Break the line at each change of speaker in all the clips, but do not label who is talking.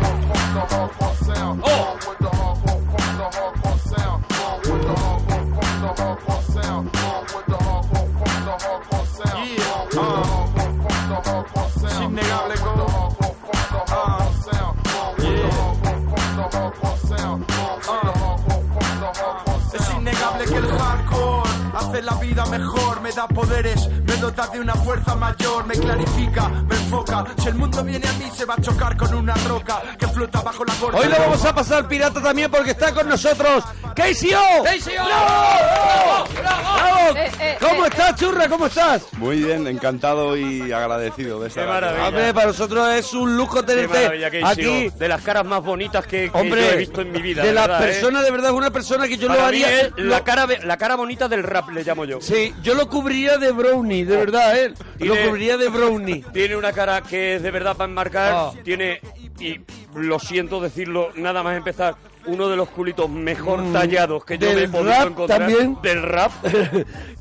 the hardcore sound. Oh. with the hardcore funk, the hardcore sound. On with the hardcore funk, the hardcore sound. On with the hardcore funk, the hardcore sound.
Yeah.
On with the hardcore funk, the hardcore sound.
Sí, nigga,
On
let's
with
go.
the hardcore funk, the hardcore sound. On with the
Yeah.
hardcore funk, the hardcore sound. On with the hardcore funk, the hardcore
Es
sound.
innegable que el hardcore hace la vida mejor, me da poderes, me dota de una fuerza mayor, me clarifica, me enfoca. Si el mundo viene a mí se va a chocar con una roca que flota bajo la corte.
Hoy lo vamos a pasar pirata también porque está con nosotros KCO.
KCO.
¡Bravo! ¡Bravo!
Eh, eh,
¿Cómo
eh,
estás, churra? ¿Cómo estás?
Muy bien, encantado y agradecido de estar
Qué
aquí.
maravilla.
Hombre, para nosotros es un lujo
Qué
tenerte
maravilla que
aquí.
sigo. De las caras más bonitas que, que
Hombre,
yo he visto en mi vida.
de las
verdad, ¿eh?
personas, de verdad, es una persona que yo lo
Para mí
haría.
es la,
lo-
cara, be- la cara bonita del rap, le llamo yo.
Sí, yo lo cubriría de brownie, de verdad, ¿eh? Lo
Oh. Tiene-
cubriría de brownie.
Tiene una cara que es de verdad para enmarcar.
Ah.
Tiene, y lo siento decirlo, nada más empezar, uno de los culitos mejor tallados que
Mm.
yo
del
me he podido
rap
encontrar.
también.
Del rap.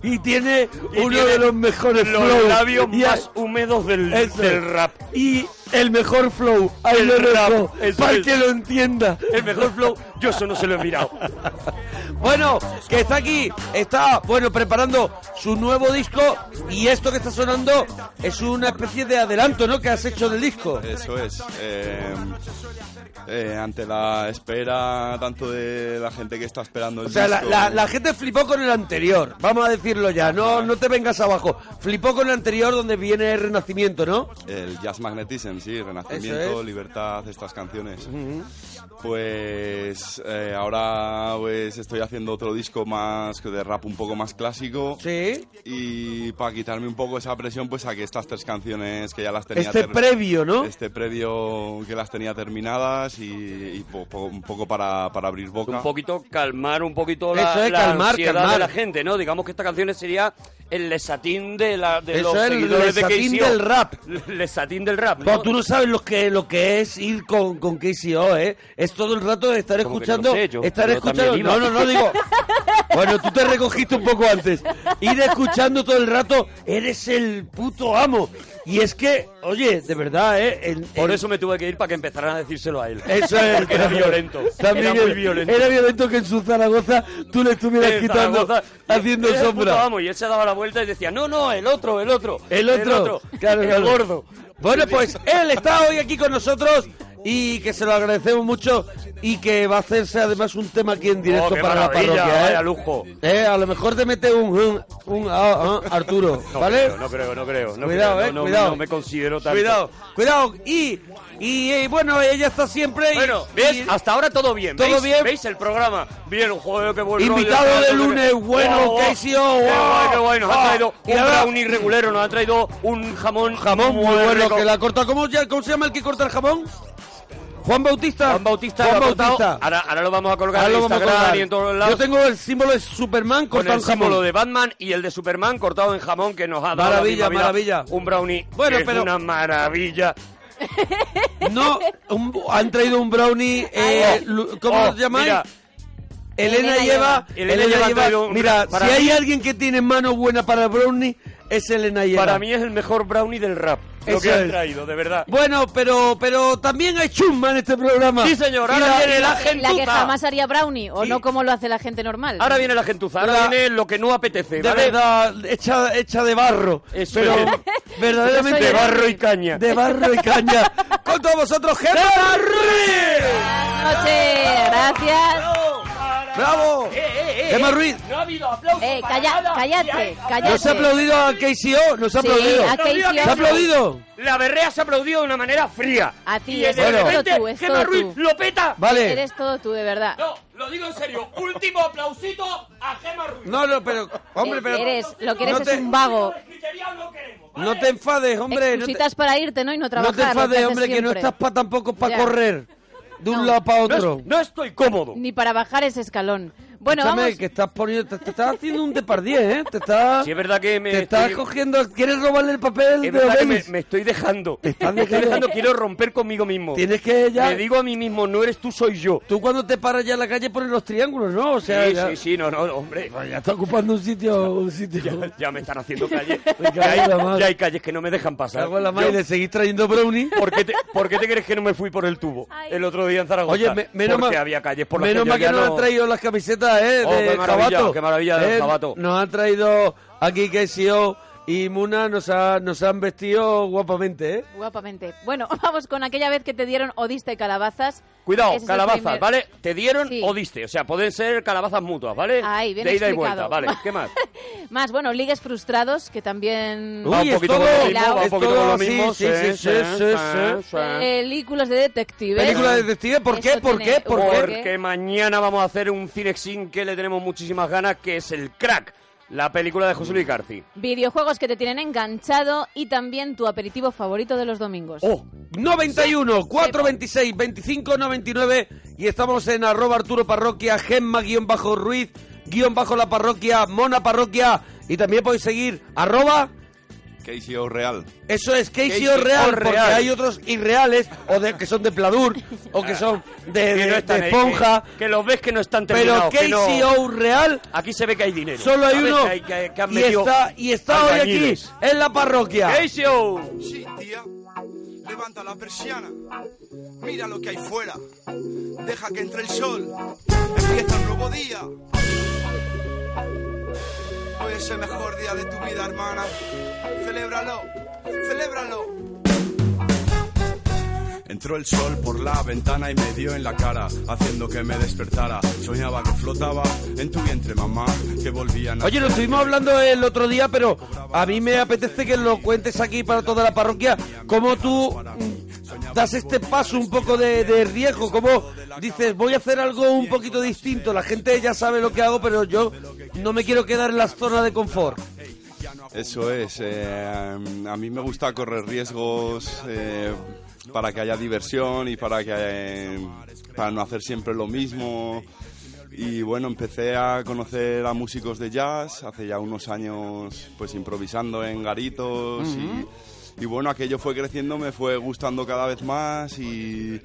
y tiene
Y
uno
tiene
de los mejores
Los
flows.
labios
Y
más húmedos del,
Eso
del
es.
rap.
Y el mejor flow, ahí
El
lo
rap,
dejo,
eso
para
es.
que lo entienda.
El mejor flow, yo eso no se lo he mirado.
Bueno, que está aquí, está, bueno, preparando su nuevo disco y esto que está sonando es una especie de adelanto, ¿no? Que has hecho del disco.
Eso es. eh, eh, ante la espera tanto de la gente que está esperando el
O sea, la,
disco,
la- la gente flipó con el anterior, vamos a decirlo ya, no, no te vengas abajo. Flipó con el anterior donde viene el renacimiento, ¿no?
el jazz magnetism, sí,
Eso
renacimiento,
es.
libertad, estas canciones. Pues eh, ahora pues estoy haciendo otro disco más de rap un poco más clásico.
Sí.
Y para quitarme un poco esa presión, pues saqué estas tres canciones que ya las tenía
Este
ter-
previo, ¿no?
este previo que las tenía terminadas y, y po- po- un poco para, para abrir boca.
Un poquito calmar un poquito la,
Eso es,
la
calmar,
ansiedad
calmar.
de la gente, ¿no? Digamos que esta canción sería el lesatín de, la, de
Eso
los
es, el
seguidores de
lesatín
KCO.
del rap.
Lesatín del rap,
Bueno,
¿no?
tú no sabes lo que, lo que es ir con, con KCO, ¿eh? Es todo el rato estar
Como que
escuchando.
no sé, yo-
estar
yo
escuchando.
también
No,
iba.
no, no digo. Bueno, tú te recogiste un poco antes. Ir escuchando todo el rato, eres el puto amo. Y es que, oye, de verdad, ¿eh? El-
Por
el-
eso me tuve que ir para que empezaran a decírselo a él.
Eso es.
Porque era violento.
También
era muy violento.
Era violento que en su Zaragoza tú le estuvieras
En
quitando,
Zaragoza,
haciendo
"Eres el puto
sombra.
amo", y él se daba la vuelta y decía, no, no, el otro, el otro.
El otro. Claro,
el
claro.
gordo.
Bueno, pues él está hoy aquí con nosotros y que se lo agradecemos mucho y que va a hacerse además un tema aquí en directo
Oh, qué
para la
maravilla,
parroquia. ¿eh?
vaya lujo.
Eh, a lo mejor te mete un, un, un- ah, ah, Arturo,
No
¿vale?
creo, no creo, no creo. no
cuidado,
creo,
eh,
no, no,
cuidado.
no me considero tanto.
Cuidado, cuidado. Y, y, eh, bueno, ella está siempre. y-
Bueno,
y-
¿ves? Hasta ahora todo bien.
Todo
¿Veis?
bien.
¿Veis el programa? Bien, joder, qué bueno.
Invitado de lunes, bueno, Casey, oh,
Qué
oh,
guay, qué guay. Nos
oh.
ha traído
Y ahora-
un brownie regulero, nos ha traído un jamón.
jamón muy bueno
rico.
que la corta. ¿Cómo, ya- ¿Cómo se llama el que corta el jamón? Juan Bautista.
Juan Bautista,
Juan
lo ha cortado.
Bautista.
Ahora, ahora lo vamos a colocar
Ahora
en
lo vamos a
Instagram
cortar.
y en todos lados.
Yo tengo el símbolo de Superman
con
cortado
el
en jamón.
símbolo de Batman y el de Superman cortado en jamón que nos ha dado
Maravilla,
la misma vida.
maravilla.
un brownie
Bueno,
que
pero-
es una maravilla
No, un- han traído un brownie. eh, lu- ¿Cómo
Oh,
lo llamáis?
mira,
Elena,
Elena
lleva.
lleva.
Elena
Elena
lleva
lleva-
traído un-
mira, si
para
hay
mí-
alguien que tiene mano buena para el brownie, es Elena lleva.
para mí es el mejor brownie del rap lo
Eso
que han
es.
traído de verdad
Bueno, pero, pero también hay chumba en este programa.
Sí, señor,
Y
ahora
la-
viene
y
la
la-
gente.
La que
gentuza.
jamás haría brownie, o
Sí.
no como lo hace la gente normal.
ahora viene la gentuza ahora
La-
viene lo que no
De
apetece ¿vale?
verdad, hecha, hecha de barro.
Eso
pero
es.
verdaderamente.
de barro y caña
De barro y caña. Con todos vosotros, Gemma Ruiz.
Buenas noches, gracias.
¡Bravo!
eh,
Gemma Ruiz.
Eh, calla, callate, callate.
Nos ha aplaudido a KCO. Nos ha
Sí,
aplaudido.
a KCO.
¿Se ha aplaudido?
la berrea se ha aplaudido de una manera fría
A ti,
y de
es todo
repente
tú, es
Gemma
todo
Ruiz
tú.
lo peta
Vale.
Eres todo tú, de verdad.
no lo digo en serio último aplausito a Gemma Ruiz
No, no, pero. Hombre, pero.
eres, lo que eres
no te,
es un vago.
No te enfades, hombre. No te,
Excusitas para irte, ¿no? Y no
no
trabajar.
te
lo
enfades,
haces
hombre, que no
siempre.
estás pa, tampoco para
Ya.
correr de un
No.
lado para
No es-
otro.
no estoy cómodo
Ni para bajar ese escalón. Bueno,
Escúchame,
vamos.
que estás poniendo, te, te estás haciendo un de par 10, ¿eh? Te estás,
Si es verdad que me
te estás
estoy-
cogiendo, quieres robarle el papel
Es
de
verdad que me,
Obelix.
me estoy dejando. Me
estás
estoy
dejando.
dejando, quiero romper conmigo mismo.
Tienes que ya,
Me digo a mí mismo, no eres tú, soy yo.
tú cuando te paras ya en la calle pones los triángulos, ¿no? O sea,
Sí,
ya,
sí, sí, no, no, hombre.
ya está ocupando un sitio, un sitio.
Ya, ya me están haciendo calles.
Me cago
Ya hay,
en la madre.
ya hay calles que no me dejan pasar.
Cago en la
Yo-
madre, y de seguir trayendo brownie.
¿por, qué te, por qué te crees que no me fui por el tubo
Ay.
el otro día en Zaragoza?
Oye, me- menos
Porque
mal,
había calles por las
menos
que yo
mal que
ya
nos
no-
han traído las camisetas, ¿eh?
Oh,
de
qué maravilla,
Jabato.
qué maravilla del Jabato.
Nos han traído aquí que SEO y Muna nos, ha- nos han vestido guapamente, ¿eh?
Guapamente. Bueno, vamos con aquella vez que te dieron o diste calabazas.
Cuidado,
Ese es el
calabazas,
primer-
¿vale? Te dieron
Sí.
o diste. O sea, pueden ser calabazas mutuas, ¿vale?
Ay, bien
De ida y vuelta,
explicado.
¿vale? ¿Qué más?
Más, bueno, ligues frustrados, que también...
Va
Uy,
un
es
poquito
todo-
con lo mismo, va un
es
poquito
todo
con lo
así,
mismo.
sí, sí, sí, sí, sí.
Películas de detectives.
Película eh. de detective, ¿por
Eso
qué? ¿Por
tiene-
qué? ¿Por qué?
¿Por
Porque mañana vamos a hacer un cinexin que le tenemos muchísimas ganas, que es el crack, la película de José Luis García.
Videojuegos que te tienen enganchado y también tu aperitivo favorito de los domingos.
Oh, 91, 426, 25, 99 y estamos en arroba Arturo Parroquia, Gemma guión bajo Ruiz, guión bajo la parroquia, Mona Parroquia y también podéis seguir arroba,
KCO Real.
eso es Casey
Casey
Real, porque
O'Real.
hay otros irreales o de, que son de Pladur o que son de,
Que
Eh, de-
no están
de
ahí,
esponja,
que, que los ves que no están
pero
terminados. que no-
Casey Real
Aquí se ve que hay dinero.
E solo hay
¿Sabes?
uno
Que hay- que- que han
y
metido
está, y está hoy aquí
albañiles.
en la parroquia.
Casey O.
Sí, tía. Levanta la persiana. Mira lo que hay fuera. Deja que entre el sol. Empieza un nuevo día. Hoy es el mejor día de tu vida, hermana. Celébralo. Celébralo.
Entró el sol por la ventana y me dio en la cara, haciendo que me despertara. Soñaba que flotaba en tu vientre, mamá, que volvían a...
Oye, lo estuvimos hablando el otro día, pero a mí me apetece que lo cuentes aquí para toda la parroquia, cómo tú mm, das este paso un poco de, de riesgo, cómo dices, voy a hacer algo un poquito distinto, la gente ya sabe lo que hago, pero yo no me quiero quedar en la zona de confort.
Eso es, eh, a mí me gusta correr riesgos eh, para que haya diversión y para que eh, para no hacer siempre lo mismo. Y bueno, empecé a conocer a músicos de jazz hace ya unos años, pues improvisando en garitos y, y bueno, aquello fue creciendo, me fue gustando cada vez más y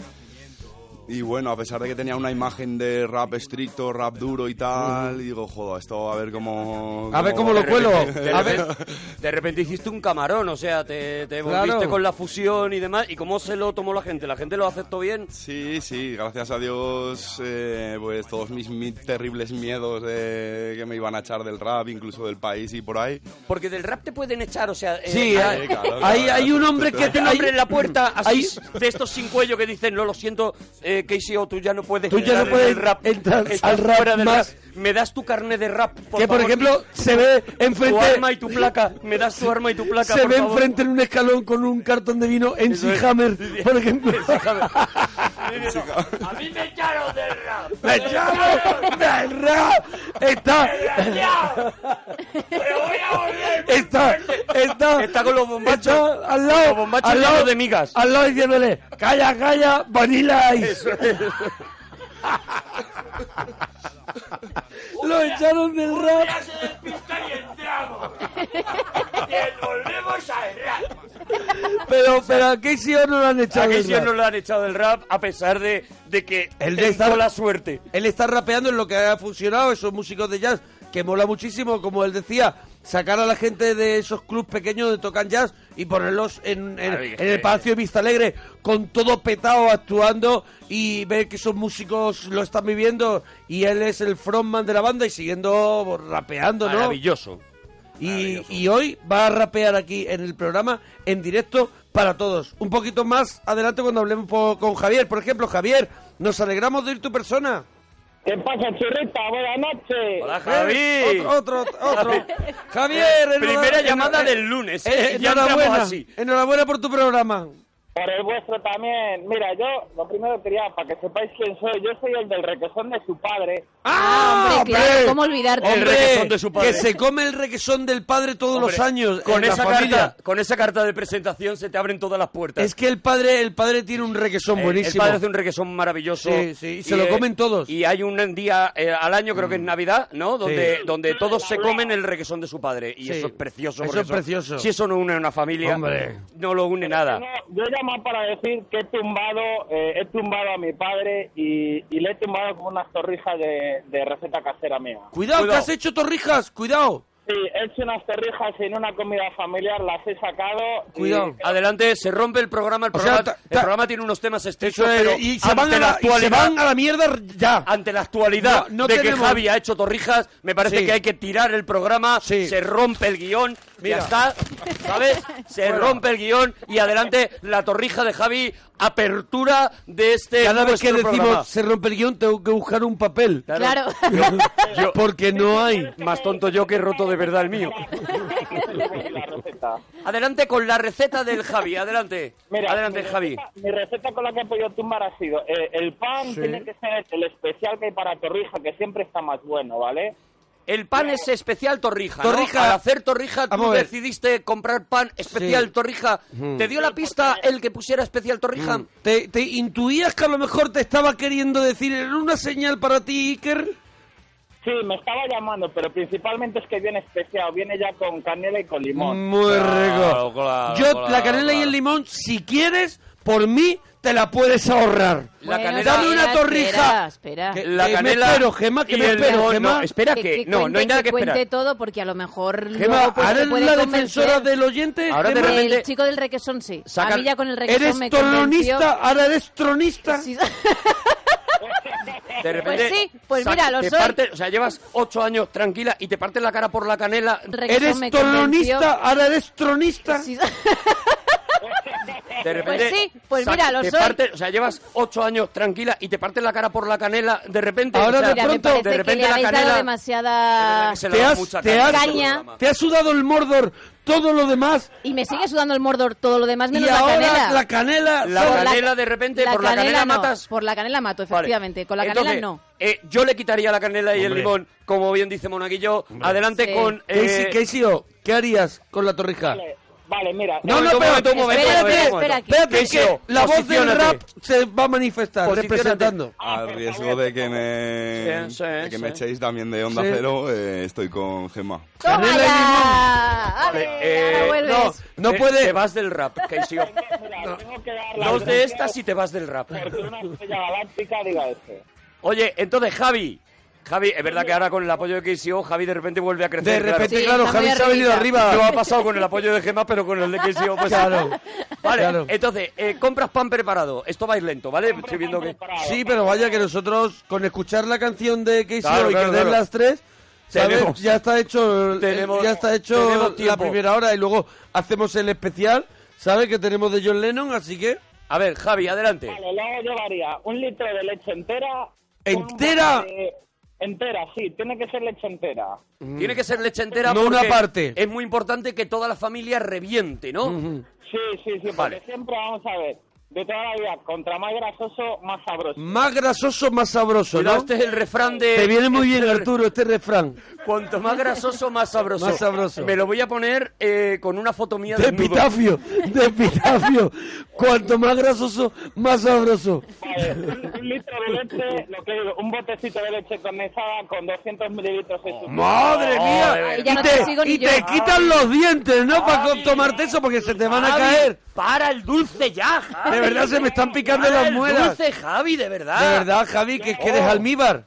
y bueno, a pesar de que tenía una imagen de rap estricto, rap duro y tal, y digo, joder, esto a ver cómo...
A ver cómo lo cuelo,
De
a ver,
repente, de repente hiciste un camarón, o sea, te, te
Claro.
volviste con la fusión y demás. ¿Y cómo se lo tomó la gente? ¿La gente lo aceptó bien?
Sí, sí, gracias a Dios, eh, pues todos mis, mi- terribles miedos de que me iban a echar del rap, incluso del país y por ahí.
Porque del rap te pueden echar, o sea... eh,
sí,
hay-
hay,
claro,
hay-
claro.
hay un hombre que
que te
tiene
abren la puerta
hay-
así de estos sin cuello que dicen no lo siento eh, Casey o tú ya no puedes
Tú ya no
entrar en
puedes
el rap
entrar
Estás
al rap
fuera del
más.
rap. me das tu carnet de rap por
que por
favor.
ejemplo se ve
tu
enfrente...
arma y tu placa me das tu arma y tu placa
Se
por
ve
favor.
enfrente en un escalón con un cartón de vino en
Eso es.
Hammer, por ejemplo.
Y digo, a mí me echaron del rap
¡Me llamo del rap! Está,
¡Desgraciado! pero voy a volver
está, está.
Está con los bombachos.
está al lado.
Los bombachos
al lado
llenos de migas.
Al lado diciéndole, calla, calla, vanilla ice. Lo echaron del rap.
se despista y entramos. Y volvemos a errar.
Pero, pero a Casey O no lo han echado.
a
del
Casey
rap.
no le han echado del rap a pesar de, de que
El
él
de estar-
la suerte
Él está rapeando en lo que ha funcionado, esos músicos de jazz, que mola muchísimo, como él decía, sacar a la gente de esos clubs pequeños donde tocan jazz y ponerlos en, en-
Claro, y es
en el
que-
Palacio de Vista Alegre, con todo petado actuando y ver que esos músicos lo están viviendo y él es el frontman de la banda y siguiendo rapeando, ¿no?
maravilloso
Y, y hoy va a rapear aquí en el programa en directo para todos. Un poquito más adelante cuando hablemos po- con Javier. Por ejemplo, Javier, nos alegramos de ir tu persona.
¿Qué pasa, churrita? Buenas noches.
hola Javi
Javier, Eh, Otro, otro, otro. Javier,
Eh,
enhorabuena-
Primera llamada
enhor-
del lunes,
eh,
eh, ya entramos
enhorabuena,
así.
Enhorabuena por tu programa.
Por el vuestro también. Mira, yo lo primero quería, para que sepáis quién soy, yo soy el del requesón de su padre.
¡Ah,
hombre, claro, ¿cómo olvidarte?
Hombre,
El requesón de su padre.
Que se come el requesón del padre todos
Hombre,
los años.
Con
en
esa,
la familia.
carta, con esa carta de presentación se te abren todas las puertas.
Es que el padre, el padre tiene un requesón
Eh, El
buenísimo.
padre hace un requesón maravilloso.
Sí, sí, y se lo
eh,
comen todos. Mm.
Y hay un día eh, al año, creo que es Navidad, ¿no? Donde, donde todos se comen el requesón de su padre. Y
Sí.
eso es precioso.
Eso
porque
es precioso.
Si eso no une a una familia,
Hombre.
no lo une nada.
No, yo he llamado para decir que he tumbado, eh, he tumbado a mi padre y, y le he tumbado como unas torrijas de, de receta casera mía.
Cuidado, que
Cuidado.
has hecho torrijas, cuidado.
Sí, he hecho unas torrijas en una comida familiar, las he sacado. y-
Cuidado.
Adelante, se rompe el programa. El
O sea,
programa,
ta-
el
ta-
programa tiene unos temas
Eso
estrechos,
es,
pero
y, se
ante
van a
la
la, y se
actualidad-
van a la mierda ya.
ante la actualidad
No, no
de que
tenemos-
Javi ha hecho torrijas, me parece
Sí.
que hay que tirar el programa,
Sí.
se rompe el guión,
Mira.
ya está, ¿sabes? Se rompe el guión y adelante la torrija de Javi, apertura de este
Cada vez que
nuestro
decimos
programa.
se rompe el guión, tengo que buscar un papel.
Claro.
Yo-
Porque no hay.
más tonto yo que roto de verdad el mío.
la receta.
adelante con la receta del Javi, adelante.
Mira,
adelante,
mi
Javi.
receta- mi receta con la que he podido tumbar ha sido: eh, el pan tiene que ser el especial que hay para torrija, que siempre está más bueno, ¿vale?
El pan es especial torrija. ¿no?
Torrija.
Al hacer torrija,
Vamos
tú
a ver.
decidiste comprar pan especial
Sí.
torrija. ¿Te dio la pista el que pusiera especial
Mm.
torrija?
¿Te, te intuías que a lo mejor te estaba queriendo decir era una señal para ti, Iker?
Sí, me estaba llamando, pero principalmente es que viene especial, viene ya con canela y con limón.
Muy rico.
claro,
Yo,
claro,
la canela y
claro.
el limón, si quieres, por mí, te la puedes ahorrar.
La
Bueno,
canela-
Dame una
espera,
torrija.
Espera, espera.
Que- eh,
la
me
canela
espero, Gemma, que
y
me
el
espero,
limón.
Gemma.
No, espera que, no, no hay
cuente-
nada que
cuente
esperar.
todo porque a lo mejor
Gemma,
luego, pues,
¿ahora
te
eres
puede
la
convencer.
defensora del oyente?
Ahora de
Gemma?
repente-
El chico del requesón sí.
Saca-
A mí ya con el requesón
¿Eres
me convenció.
tolonista? ¿Ahora eres tronista?
Sí.
De repente,
Pues sí, pues
saca-
mira, lo
te
soy.
parte- o sea, llevas ocho años tranquila y te partes la cara por la canela.
Requesón
¿Eres
me convenció.
tolonista? ¿Ahora eres tronista?
Sí.
Eh, De repente,
sí, pues
saca-
mira, lo
te
soy.
parte- o sea, llevas ocho años tranquila y te partes la cara por la canela. De repente,
Ahora
o sea,
de
Mira, me
pronto-
parece
de
que le
repente la
habéis
canela.
dado demasiada...
Se le
¿Te
da
has,
mucha
te,
caña
has,
a este
Caña.
programa.
¿Te ha sudado el Mordor todo lo demás?
Y me sigue sudando el Mordor todo lo demás menos
y ahora
la canela.
la canela...
La
Por
¿sabes?
canela, de repente, por la canela
no,
matas.
Por la canela mato,
Vale.
efectivamente. Con la canela
Entonces,
no.
eh, yo le quitaría la canela y el limón, como bien dice Monaguillo. Adelante
Sí.
con.
Casey,
eh,
Casey, oh, ¿qué harías con la torrija?
Vale, Eh, vale, mira. eh,
No, no,
pero
espérate,
espérate, espera aquí.
espérate, que
Casey, oh,
la voz del
posiciónate.
rap se va a manifestar
Posiciónate.
representando.
A riesgo de que me,
Sí, sí,
de que me
sí.
echéis también de onda
Sí.
cero, eh, estoy con Gemma.
¡Toma
Canela y
ya! ¡Ale,
Eh,
ahora vuelves!
no, no
te-
puede.
Te vas del rap, Casey. oh.
Mira, tengo que dar las
Dos de
gracias
estas y te vas del rap.
porque una estrella galáctica diga este. esto.
Oye, entonces Javi. Javi, es verdad que ahora con el apoyo de KCO, Javi de repente vuelve a
De
crecer.
repente,
Sí,
claro,
está
Javi
muy
se ha venido
arribita.
arriba.
Lo ha pasado con el apoyo de Gemma, pero con el de KCO, pues
Claro.
Vale,
Claro.
entonces, eh, compras pan preparado. Esto va a ir lento, ¿vale? Estoy viendo que.
Sí, pero vaya que nosotros, con escuchar la canción de Casey
Claro,
O y
claro,
que den
claro.
las tres, ¿sabes?
Tenemos-
ya está hecho, el-
tenemos-
ya está hecho
tenemos
la
tiempo.
primera hora y luego hacemos el especial, ¿sabes? Que tenemos de John Lennon, así que...
A ver, Javi, adelante.
Vale, luego llevaría un litro de leche entera.
¿Entera?
un vaso de- Entera, sí, tiene que ser leche entera.
Mm. Tiene que ser leche entera.
No una
porque
parte.
Es muy importante que toda la familia reviente, ¿no?
Sí, sí, sí, porque
Vale.
siempre vamos a ver. De toda la vida, contra más grasoso, más sabroso.
Más grasoso, más sabroso,
Cuidado,
¿no?
este es el refrán de.
Te viene muy
este es
bien,
el-
Arturo, este refrán.
Cuanto más grasoso, más sabroso.
Más sabroso.
Me lo voy a poner eh, con una foto mía
De
desnudo.
epitafio, de epitafio. Cuanto más grasoso, más sabroso.
Vale, un, un litro de leche, lo que digo, un botecito de leche condensada con 200 mililitros de azúcar.
Oh, ¡Madre mía! Y
Ay, Oh, ya no te sigo
te,
ni
y
yo.
te quitan los dientes, ¿no? Para tomarte eso porque se te van a
Javi,
caer.
Para el dulce ya, Javi.
De verdad se me están picando
Para
las
el
muelas. De
dulce, Javi, de verdad.
Ah.
verdad, Javi, que es que eres
Oh.
almíbar.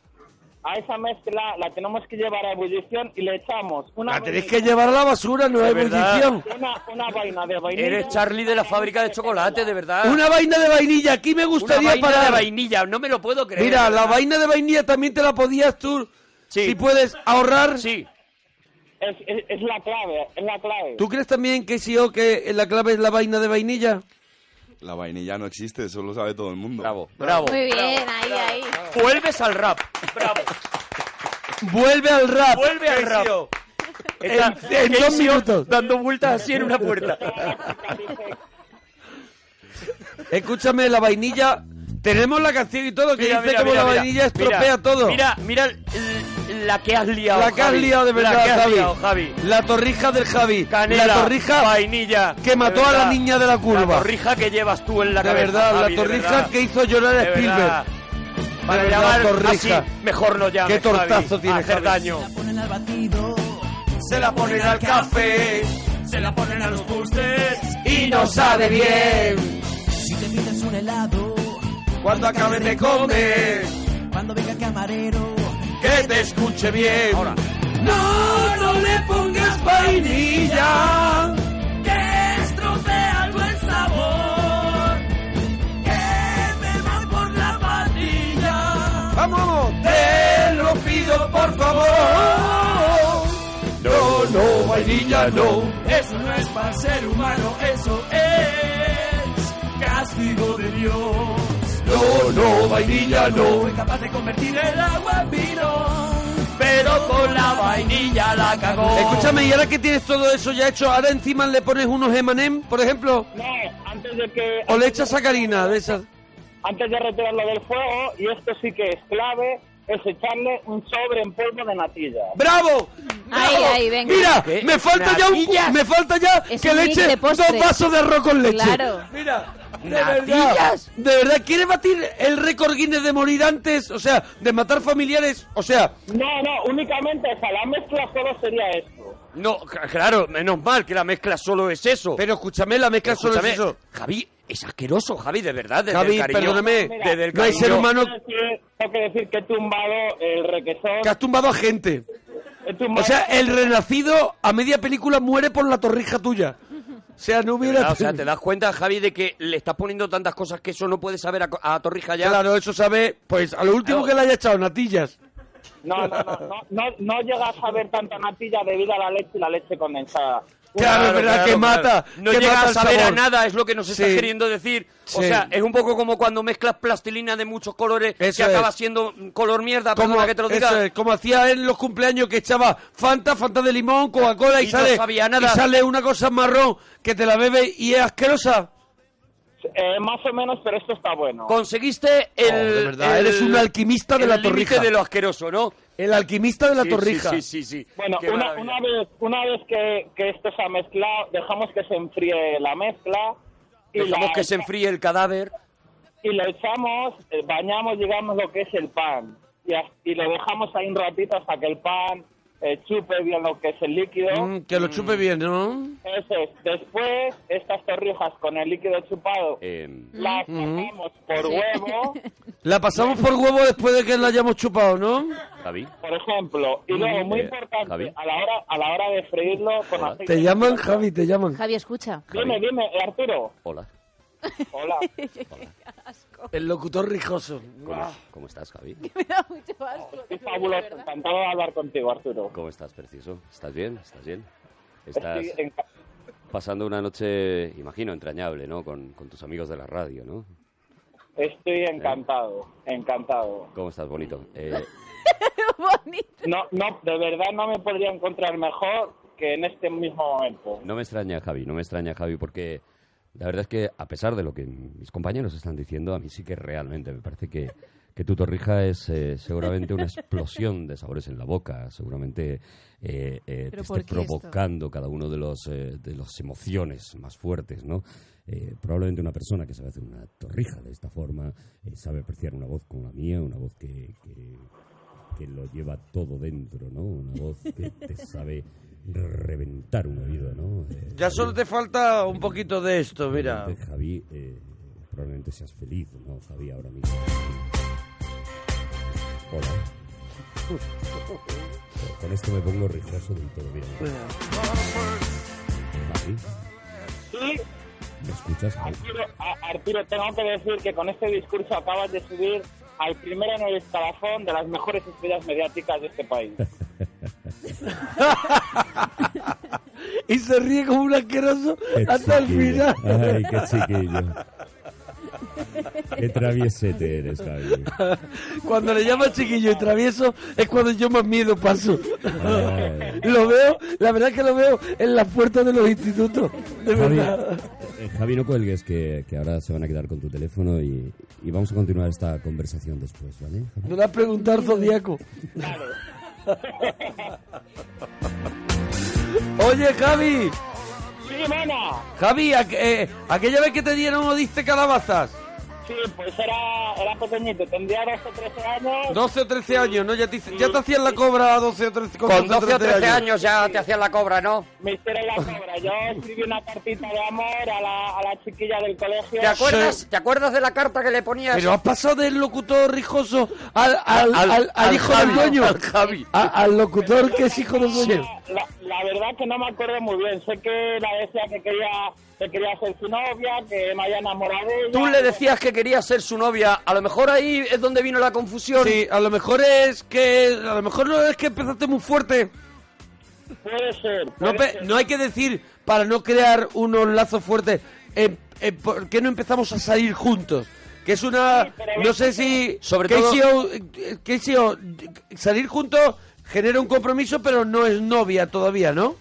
A esa mezcla la tenemos que llevar a ebullición y le echamos una,
La tenéis
vainilla-
que llevar a la basura, no es
verdad.
ebullición.
una, una vaina de vainilla.
Eres Charlie de la fábrica de chocolate, de verdad.
Una vaina de vainilla, aquí me
Ah. Una
gustaría
vaina
parar.
de vainilla, no me lo puedo creer.
Mira,
de
la
verdad.
vaina de vainilla también te la podías tú,
Sí.
si puedes, ahorrar.
Sí,
Es, es- es la clave, es la clave.
¿Tú crees también que sí o que la clave es la vaina de vainilla?
La vainilla no existe, eso lo sabe todo el mundo.
bravo, bravo.
Muy bien, ahí, ahí.
Vuelves al rap. Bravo.
Vuelve al rap.
Vuelve al rap. Está
en dos
Casey
minutos.
dando vueltas así en una puerta.
Dice,
Escúchame, la vainilla. Tenemos la canción y todo, que
Mira,
dice
mira,
como
mira,
la
mira.
vainilla estropea
Mira,
todo.
Mira, mira l- la que has liado.
la que has
Javi.
liado de verdad,
La que has
Javi.
liado, Javi.
La torrija del Javi.
Canela,
la torrija
vainilla.
que mató
de
a la
verdad.
niña de la curva.
La torrija que llevas tú en la
de
cabeza,
verdad,
Javi,
la
de
torrija
verdad.
que hizo llorar a
De
Spielberg.
verdad. Para
verdad,
llamar
torrija.
así, mejor no llames,
Qué tortazo
Javi,
tiene,
a hacer
Javi.
daño.
Se la ponen al café,
Se la ponen a los postres.
y no sabe bien.
Si te pides un helado,
Cuando acabe de comer,
cuando venga el camarero,
que te escuche bien. No, no le pongas vainilla.
que estropea el buen sabor. Que me voy por la patilla.
Vamos, te lo pido por favor. No, no, vainilla no.
Eso no es para ser humano, eso es castigo de Dios.
No, no, vainilla no.
Fue capaz de convertir el agua en vino, pero con la vainilla la cagó.
Escúchame, y ahora que tienes todo eso ya hecho, ahora encima le pones unos emanem, por ejemplo,
No, antes de que.
o le echas sacarina de esas.
Antes de retirarlo del fuego, y esto sí que es clave, es echarle un sobre en polvo de natilla.
¡Bravo!
Ahí,
¡Bravo!
ahí, venga.
Mira,
¿Qué?
me falta ya un,
¿Natillas?
me falta ya
Es
que
un
le
mix de
eche dos
postres.
vasos de arroz con leche.
Claro.
Mira, de verdad,
¿Natillas?
de verdad, ¿quieres batir el récord Guinness de morir antes? O sea, de matar familiares, o sea,
No, no, únicamente, o sea, la mezcla solo sería esto.
No, c- claro, menos mal que la mezcla solo es eso.
pero escúchame, la mezcla solo es
Escúchame,
eso.
Javi, es asqueroso, Javi, de verdad, desde
Javi,
el cariño.
perdóname,
desde
no
el
hay
Este, cariño.
ser humano
Tengo que- Tengo que decir que he tumbado el requesón.
que has tumbado a gente.
he tumbado-
O sea, eh- el renacido a media película muere por la torrija tuya. O sea, no
De
hubiera...
verdad, o sea, te das cuenta, Javi, de que le estás poniendo tantas cosas que eso no puede saber a, co- a Torrija ya.
Claro, eso sabe, pues a lo último que le haya echado, natillas.
No, no, no, no, no, no llegas a ver tanta natilla debido a la leche y la leche condensada.
Claro, es verdad que mata.
No
que
llega
mata
a
el
saber a
sabor.
nada, es lo que nos está
Sí.
queriendo decir. O
Sí.
sea, es un poco como cuando mezclas plastilina de muchos colores
Eso
que acaba
es.
siendo mm, color mierda,
Como,
perdona que te lo diga.
eso es, como hacía en los cumpleaños que echaba Fanta, Fanta de limón, Coca-Cola y,
Y no
sale
sabía nada.
y sale una cosa marrón que te la bebes y es asquerosa.
Eh, más o menos, pero esto está bueno.
Conseguiste el,
Oh, de verdad,
el-
eres un alquimista de
el
la
límite
torrija.
de lo asqueroso, ¿no?
El alquimista de la
Sí, sí,
torrija.
Sí, sí, sí.
Bueno,
Qué
una,
maravilla.
una vez, una vez que, que esto se ha mezclado, dejamos que se enfríe la mezcla. Y
Dejamos
la-
que se enfríe el cadáver.
Y lo echamos, eh, bañamos, digamos, lo que es el pan. Y, as- y lo dejamos ahí un ratito hasta que el pan eh, chupe bien lo que es el líquido.
Mm, que lo chupe bien, ¿no?
Eso es. Después, estas torrijas con el líquido chupado
Eh.
las
Mm.
pasamos por huevo,
La pasamos por huevo después de que la hayamos chupado, ¿no?
Javi.
por ejemplo. Y luego, muy
Eh, Javi.
importante, a la hora, a la hora de freírlo con aceite.
Te llaman, Javi, te llaman.
Javi, escucha.
Dime, dime, eh, Arturo.
Hola.
Hola.
El locutor rijoso.
¿Cómo, cómo estás, Javi?
Me da mucho asco.
Qué fabuloso. Encantado de hablar contigo, Arturo.
¿Cómo estás, precioso? ¿Estás bien? ¿Estás bien? Estás
Estoy en-
pasando una noche, imagino, entrañable, ¿no? Con, con tus amigos de la radio, ¿no?
Estoy encantado, encantado.
¿Cómo estás, bonito? Eh,
bonito.
No, no, de verdad no me podría encontrar mejor que en este mismo momento.
no me extraña, Javi, no me extraña, Javi, porque la verdad es que, a pesar de lo que mis compañeros están diciendo, a mí sí que realmente me parece que, que tu torrija es eh, seguramente una explosión de sabores en la boca, seguramente eh, eh, te
¿Pero por
esté
qué esto?
provocando cada uno de los eh, de las emociones más fuertes, ¿no? Eh, probablemente una persona que sabe hacer una torrija de esta forma eh, sabe apreciar una voz como la mía, una voz que, que, que lo lleva todo dentro, ¿no? Una voz que te sabe reventar un oído, ¿no? Eh,
Ya solo te falta un poquito de esto, mira.
Probablemente, Javi, eh, probablemente seas feliz, ¿no, Javi, ahora mismo? Hola. Con esto me pongo rijoso del todo, mira. Javi,
Sí,
¿me escuchas? Javi?
Arturo, eh, a- Arturo, tengo que decir que con este discurso acabas de subir al primero en el escalafón de las mejores estrellas mediáticas de este país.
Y se ríe como un asqueroso hasta el
chiquillo.
final.
Ay, qué chiquillo.
Qué traviesete eres, Javi.
Cuando le llama chiquillo y travieso es cuando yo más miedo paso.
Ay.
Lo veo, la verdad es que lo veo en las puertas de los institutos. De
Javi,
verdad.
eh, Javi, no cuelgues, que, que ahora se van a quedar con tu teléfono y, y vamos a continuar esta conversación después, ¿vale?
No le has preguntado al zodiaco. Oye, Javi.
Sí, mana.
Javi, aqu- eh, aquella vez que te dieron o diste calabazas.
Sí, pues era, era pequeñito, tendría 12 o 13 años.
12 o 13 años, ¿no? Ya te, hice- ya te hacían la cobra a 12 o 13 con
Con 12 o 13 años ya te hacían la cobra, ¿no?
Me hicieron la cobra. Yo escribí una cartita de amor a la, a la chiquilla del colegio.
¿Te acuerdas, ¿Te acuerdas de la carta que le ponías?
Pero has pasado del locutor rijoso al, al, al, al hijo del dueño. Al Javi. al locutor que es hijo del dueño.
La, la verdad que no me acuerdo muy bien. Sé que la decía que quería, que quería ser su novia, que me había enamorado de ella.
Tú le decías que querías ser su novia. A lo mejor ahí es donde vino la confusión.
Sí, a lo mejor es que. A lo mejor no es que empezaste muy fuerte.
Puede ser.
No,
puede
pe-
ser.
no hay que decir, para no crear unos lazos fuertes, eh, eh, ¿por qué no empezamos a salir juntos? Que es una. No sé si.
Sobre
que
todo-
si o- que si o- salir juntos genera un compromiso, pero no es novia todavía, ¿no?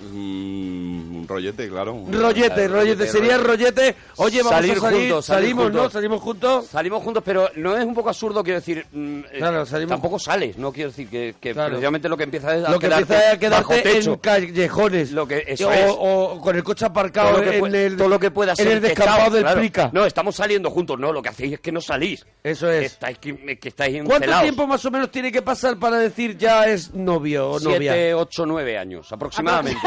Mm, un rollete, claro.
Rollete, rollete, sería rollete. Oye, vamos
Salir
a salir.
juntos, salir
salimos, ¿no?
juntos.
Salimos juntos.
Salimos juntos, pero no es un poco absurdo, quiero decir. mm, eh,
Claro, salimos-
Tampoco sales, no quiero decir que, que
Claro.
precisamente lo que empieza es a
Lo que
quedarte
empieza a quedarte
bajo techo.
en callejones.
Lo que- eso
o,
es.
o con el coche aparcado
Todo lo, que
en
pue-
el,
todo lo que pueda ser
en el
techado,
descampado del
claro.
Prica.
No, estamos saliendo juntos. No, lo que hacéis es que no salís.
Eso es.
Estáis que, que estáis
¿Cuánto
encelados.
tiempo más o menos tiene que pasar para decir ya es novio o novia? Ah,
Siete, ocho, nueve años, aproximadamente.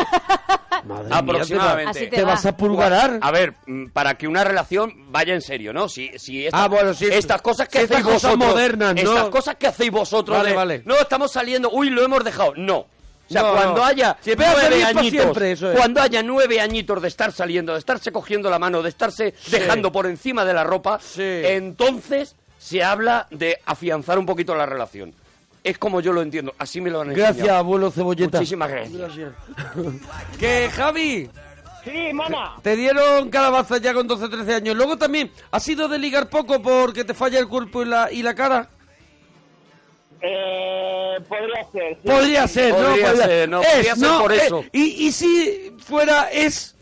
Madre mía,
aproximadamente.
Así
te, va- te vas a pulgarar.
A ver, mm, para que una relación vaya en serio, ¿no? Si, si esta-
Ah, bueno, sí.
estas cosas que
Sí, estas
hacéis
cosas
vosotros,
modernas, ¿no?
estas cosas que hacéis vosotros,
Vale,
de,
vale.
no estamos saliendo, uy, lo hemos dejado, no. O sea,
No,
cuando
no.
haya
Si empieza a
nueve
salir pa'
añitos,
siempre, eso es.
cuando haya nueve añitos de estar saliendo, de estarse cogiendo la mano, de estarse dejando por encima de la ropa,
Sí.
entonces se habla de afianzar un poquito la relación. Es como yo lo entiendo, así me lo han enseñado.
Gracias, abuelo Cebolleta.
Muchísimas gracias.
Que Javi,
Sí, mana.
te dieron calabazas ya con 12 13 años. Luego también, ¿has ido de ligar poco porque te falla el cuerpo y la, y la cara?
Eh, podría ser. sí.
Podría ser, ¿no?
Podría ser, no, podría ser por
es. Eh,
eso.
¿Y, y si fuera es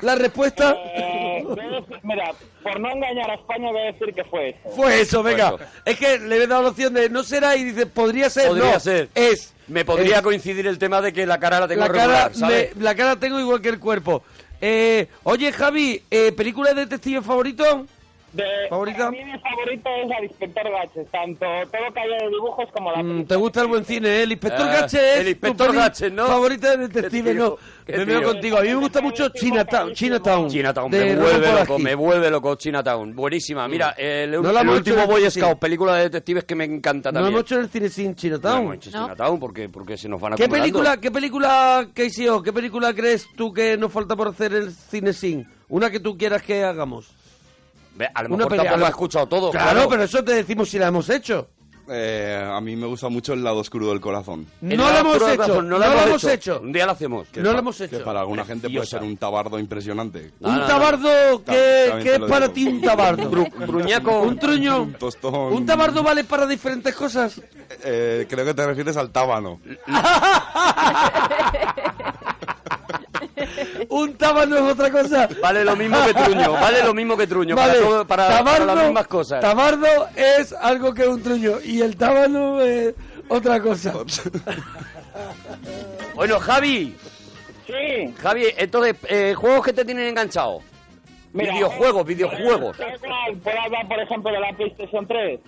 la respuesta?
Eh, voy a decir- mira, por no engañar a España voy a decir que fue eso.
Fue eso, venga.
Bueno.
Es que le he dado la opción de no será y dice, podría ser,
Podría
no,
ser.
es.
Me podría
Es.
coincidir el tema de que la cara la tengo
Eh, la cara,
regular, ¿sabes?
me- la cara tengo igual que el cuerpo. Eh, oye, Javi, eh, ¿película de detective favorito?
De,
¿Favorita?
para mí mi favorito es la de Inspector Gadget, tanto todo que haya de dibujos como la
Mm,
película.
¿Te gusta el buen cine, eh? El inspector
Ah,
Gadget es
el
tu
Inspector
peli
Gadget, ¿no?
Favorita de detective,
Qué tío,
no.
qué
Me veo
tío.
contigo. A mí me gusta mucho Chinatown. Chinatown.
Chinatown,
de
me
Roman
vuelve loco,
Polanski.
me vuelve loco Chinatown. Buenísima, mira, el,
No la
el
hemos hecho
último
en el cine.
Boy Scout, película de detectives que me encanta
No
también.
hemos hecho en el cine sin
No
Chinatown.
hemos hecho
No.
Chinatown porque, porque se nos van a
¿Qué película, ¿Qué película, Casey O, qué película crees tú que nos falta por hacer el cine sin? Una que tú quieras que hagamos.
A lo
Una
mejor
pelea,
tampoco
a lo-
lo has escuchado todo.
Claro, pero eso te decimos si la hemos hecho.
Eh, a mí me gusta mucho el lado oscuro del corazón.
En
No
el
la hemos
oscuro
hecho,
corazón,
no la hemos hecho.
Un día lo hacemos.
No lo hemos
Que
hecho.
para alguna gente puede
Preciosa.
ser un tabardo impresionante.
No,
un
no, no.
tabardo que,
También
que
te
es
lo
para
digo.
ti un tabardo.
Tru- truñaco.
un truño.
Un tostón.
Un tabardo vale para diferentes cosas.
Eh, creo que te refieres al tábano.
Un tabardo es otra cosa.
Vale lo mismo que truño, vale lo mismo que truño.
Vale,
Para, todo- para- para las mismas cosas.
tabardo es algo que es un truño y el tábano es otra cosa.
Bueno, Javi,
Sí,
Javi, entonces, eh, juegos que te tienen enganchado.
Mira. eh,
videojuegos, videojuegos.
¿sabes cuál? Puedo hablar, por ejemplo, de la PlayStation 3.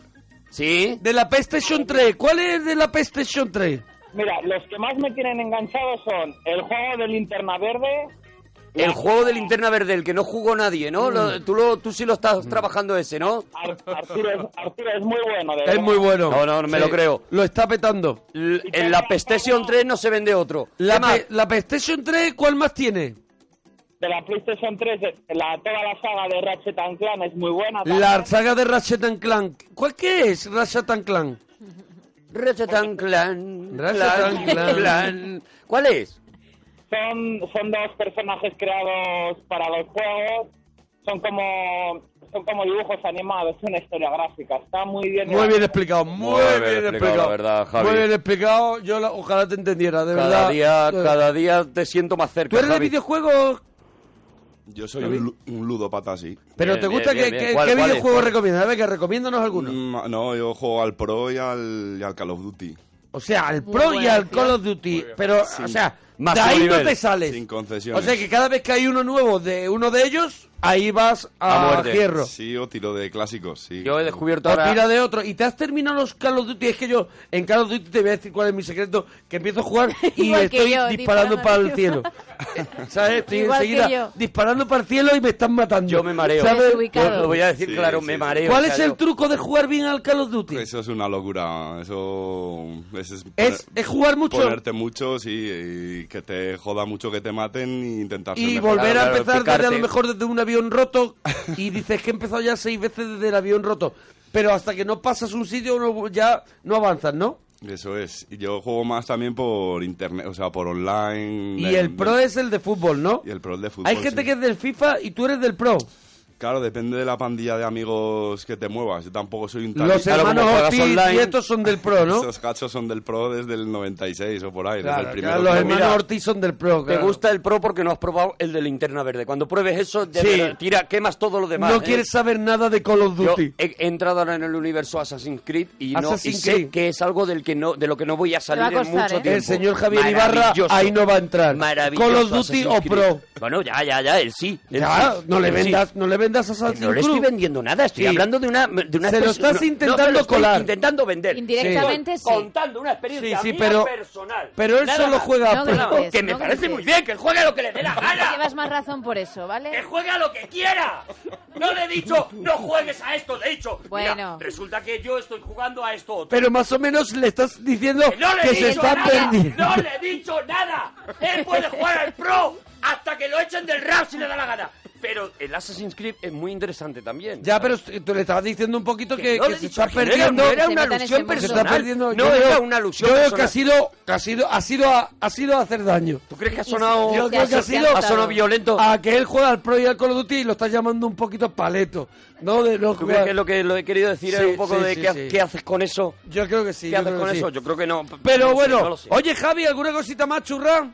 ¿Sí?
De la PlayStation 3. ¿Cuál es de la PlayStation 3?
Mira, los que más me tienen enganchado son el juego de linterna verde.
El juego de linterna verde, el que no jugó nadie,
Mm.
¿no? Lo- tú, lo, tú sí lo estás trabajando ese, ¿no?
Ar- Arturo, es, Arturo es muy bueno, de
Es
verdad.
muy bueno.
No, no, no me lo creo.
Lo está petando.
L- en la PlayStation 3 no se vende otro.
La,
¿Qué más?
pe- la PlayStation 3, ¿cuál más tiene?
De la PlayStation 3, de- la, toda la saga de Ratchet and Clank es muy buena. también.
La saga de Ratchet and Clank. ¿Cuál qué es Ratchet and Clank?
Ratchet and Clank,
Ratchet and Clank.
Clank, Clank. ¿Cuál es?
Son, son dos personajes creados para los juegos son como son como dibujos animados, es una historia gráfica, está muy bien.
Muy bien explicado, muy, bien, explicado.
la verdad, Javi.
Muy bien explicado, yo la- ojalá te entendiera, de
Cada
verdad.
día,
Eh,
cada día te siento más cerca.
¿Tú eres de
Javi.
videojuegos?
Yo soy un, lu- un ludopata, sí.
¿Pero te gusta? que- que- ¿Qué videojuegos recomiendas? A ver, que recomiéndanos alguno.
Mm, No, yo juego al Pro y al, y al Call of Duty.
O sea, al Pro y al Call of Duty, pero, o sea, de ahí no te sales.
Sin concesiones.
O sea, que cada vez que hay uno nuevo de uno de ellos, ahí vas a, hierro.
Sí, o tiro de clásicos, sí.
Yo he descubierto
O
ahora...
tira de otro. Y te has terminado los Call of Duty. Es que yo, en Call of Duty te voy a decir cuál es mi secreto, que empiezo a jugar y
Igual que
estoy
yo,
disparando
disparando
para el
arriba.
cielo. ¿Sabes? Estoy
Igual que yo.
enseguida disparando para el cielo y me están matando. Yo me
mareo.
¿Sabes?
Yo Lo voy a decir claro, me mareo.
¿Cuál
o
es
sea,
el truco de jugar bien al Call of Duty?
Eso es una locura. Eso es, es,
Es- es jugar mucho.
Ponerte mucho, sí, y que te joda mucho que te maten y intentar ser
Y
mejor.
volver a empezar desde a lo mejor desde un avión roto y dices que he empezado ya seis veces desde el avión roto. Pero hasta que no pasas un sitio no- ya no avanzas, ¿no?
Eso es. Y Yo juego más también por internet, o sea, por online.
Y
del-
el pro
del-
es el de fútbol, ¿no?
y el pro es de fútbol.
Hay gente
sí.
que es del FIFA y tú eres del pro.
Claro, depende de la pandilla de amigos que te muevas. Yo tampoco soy un tal...
Los hermanos Ortiz y estos son del pro, ¿no?
Esos gachos son del pro desde el 96 o por ahí. desde
Claro,
el primero
claro, los
que-
hermanos
pues Mira,
Ortiz son del pro.
Te
claro.
gusta el pro porque no has probado el de linterna verde. Cuando pruebes eso, de
Sí.
verdad, tira, quemas todo lo demás.
no
¿eh?
quieres saber nada de Call of
Yo eh,
Duty.
he he entrado ahora en el universo Assassin's Creed y, no, y
Assassin's
sé
Creed.
que es algo del que no, de lo que no voy a salir
Te va a
en
costar,
mucho
¿eh?
tiempo.
El señor Javier Ibarra ahí no va a entrar.
Maravilloso
Call of Duty
Assassin's
o
Creed.
Pro.
Bueno, ya, ya, ya, él sí. él
Ya,
sí,
no le
él sí.
vendas, no le vendas a Assassin's
No le estoy
Creed.
vendiendo nada, estoy
Sí.
hablando de una... De una
Se lo
expresión-
estás
no,
intentando
no, lo estoy
colar.
intentando vender.
Indirectamente sí.
Estoy Contando una experiencia
Sí, sí,
mía
pero-
personal.
pero él solo juega a
No
Pro.
grites,
Que me
no
parece
grites.
muy bien, que él juegue a lo que le dé la gana.
Llevas más razón por eso, ¿vale?
¡Que juegue a lo que quiera! No le he dicho, no juegues a esto, le he dicho. Bueno.
Bueno.
resulta que yo estoy jugando a esto otro.
Pero más o menos le estás diciendo
¡Que no le
que
he
se
dicho
está
nada!
perdiendo.
¡No le he dicho nada! Él puede jugar al pro hasta que lo echen del rap si le da la gana. Pero el Assassin's Creed es muy interesante también.
Ya, pero tú le estabas diciendo un poquito que,
no
que
le he
se
dicho
está
que no era-
perdiendo.
no era una
Se
alusión
metan en
Se
personal.
está perdiendo.
No
yo
era
creo-
una alusión
Yo creo que
personal.
ha sido, que ha sido, ha sido, a- ha sido a hacer daño.
¿Tú crees que ha
Sí, sí,
sonado, Ah,
yo
Yo creo que ha
se
sido
ha
ha sonado
notado.
violento?
a que él juega al Pro y al Call of Duty y lo está llamando un poquito paleto. No de no
¿Tú crees
jugar.
que lo que lo he querido decir
Sí,
es un poco
sí,
de
sí,
qué, ha-
sí.
qué haces con eso?
Yo creo que sí.
¿Qué
yo
haces
creo
con
que
eso?
sí.
Yo creo que no.
Pero
no lo sé,
bueno,
no lo sé.
oye Javi, ¿alguna cosita más, churra?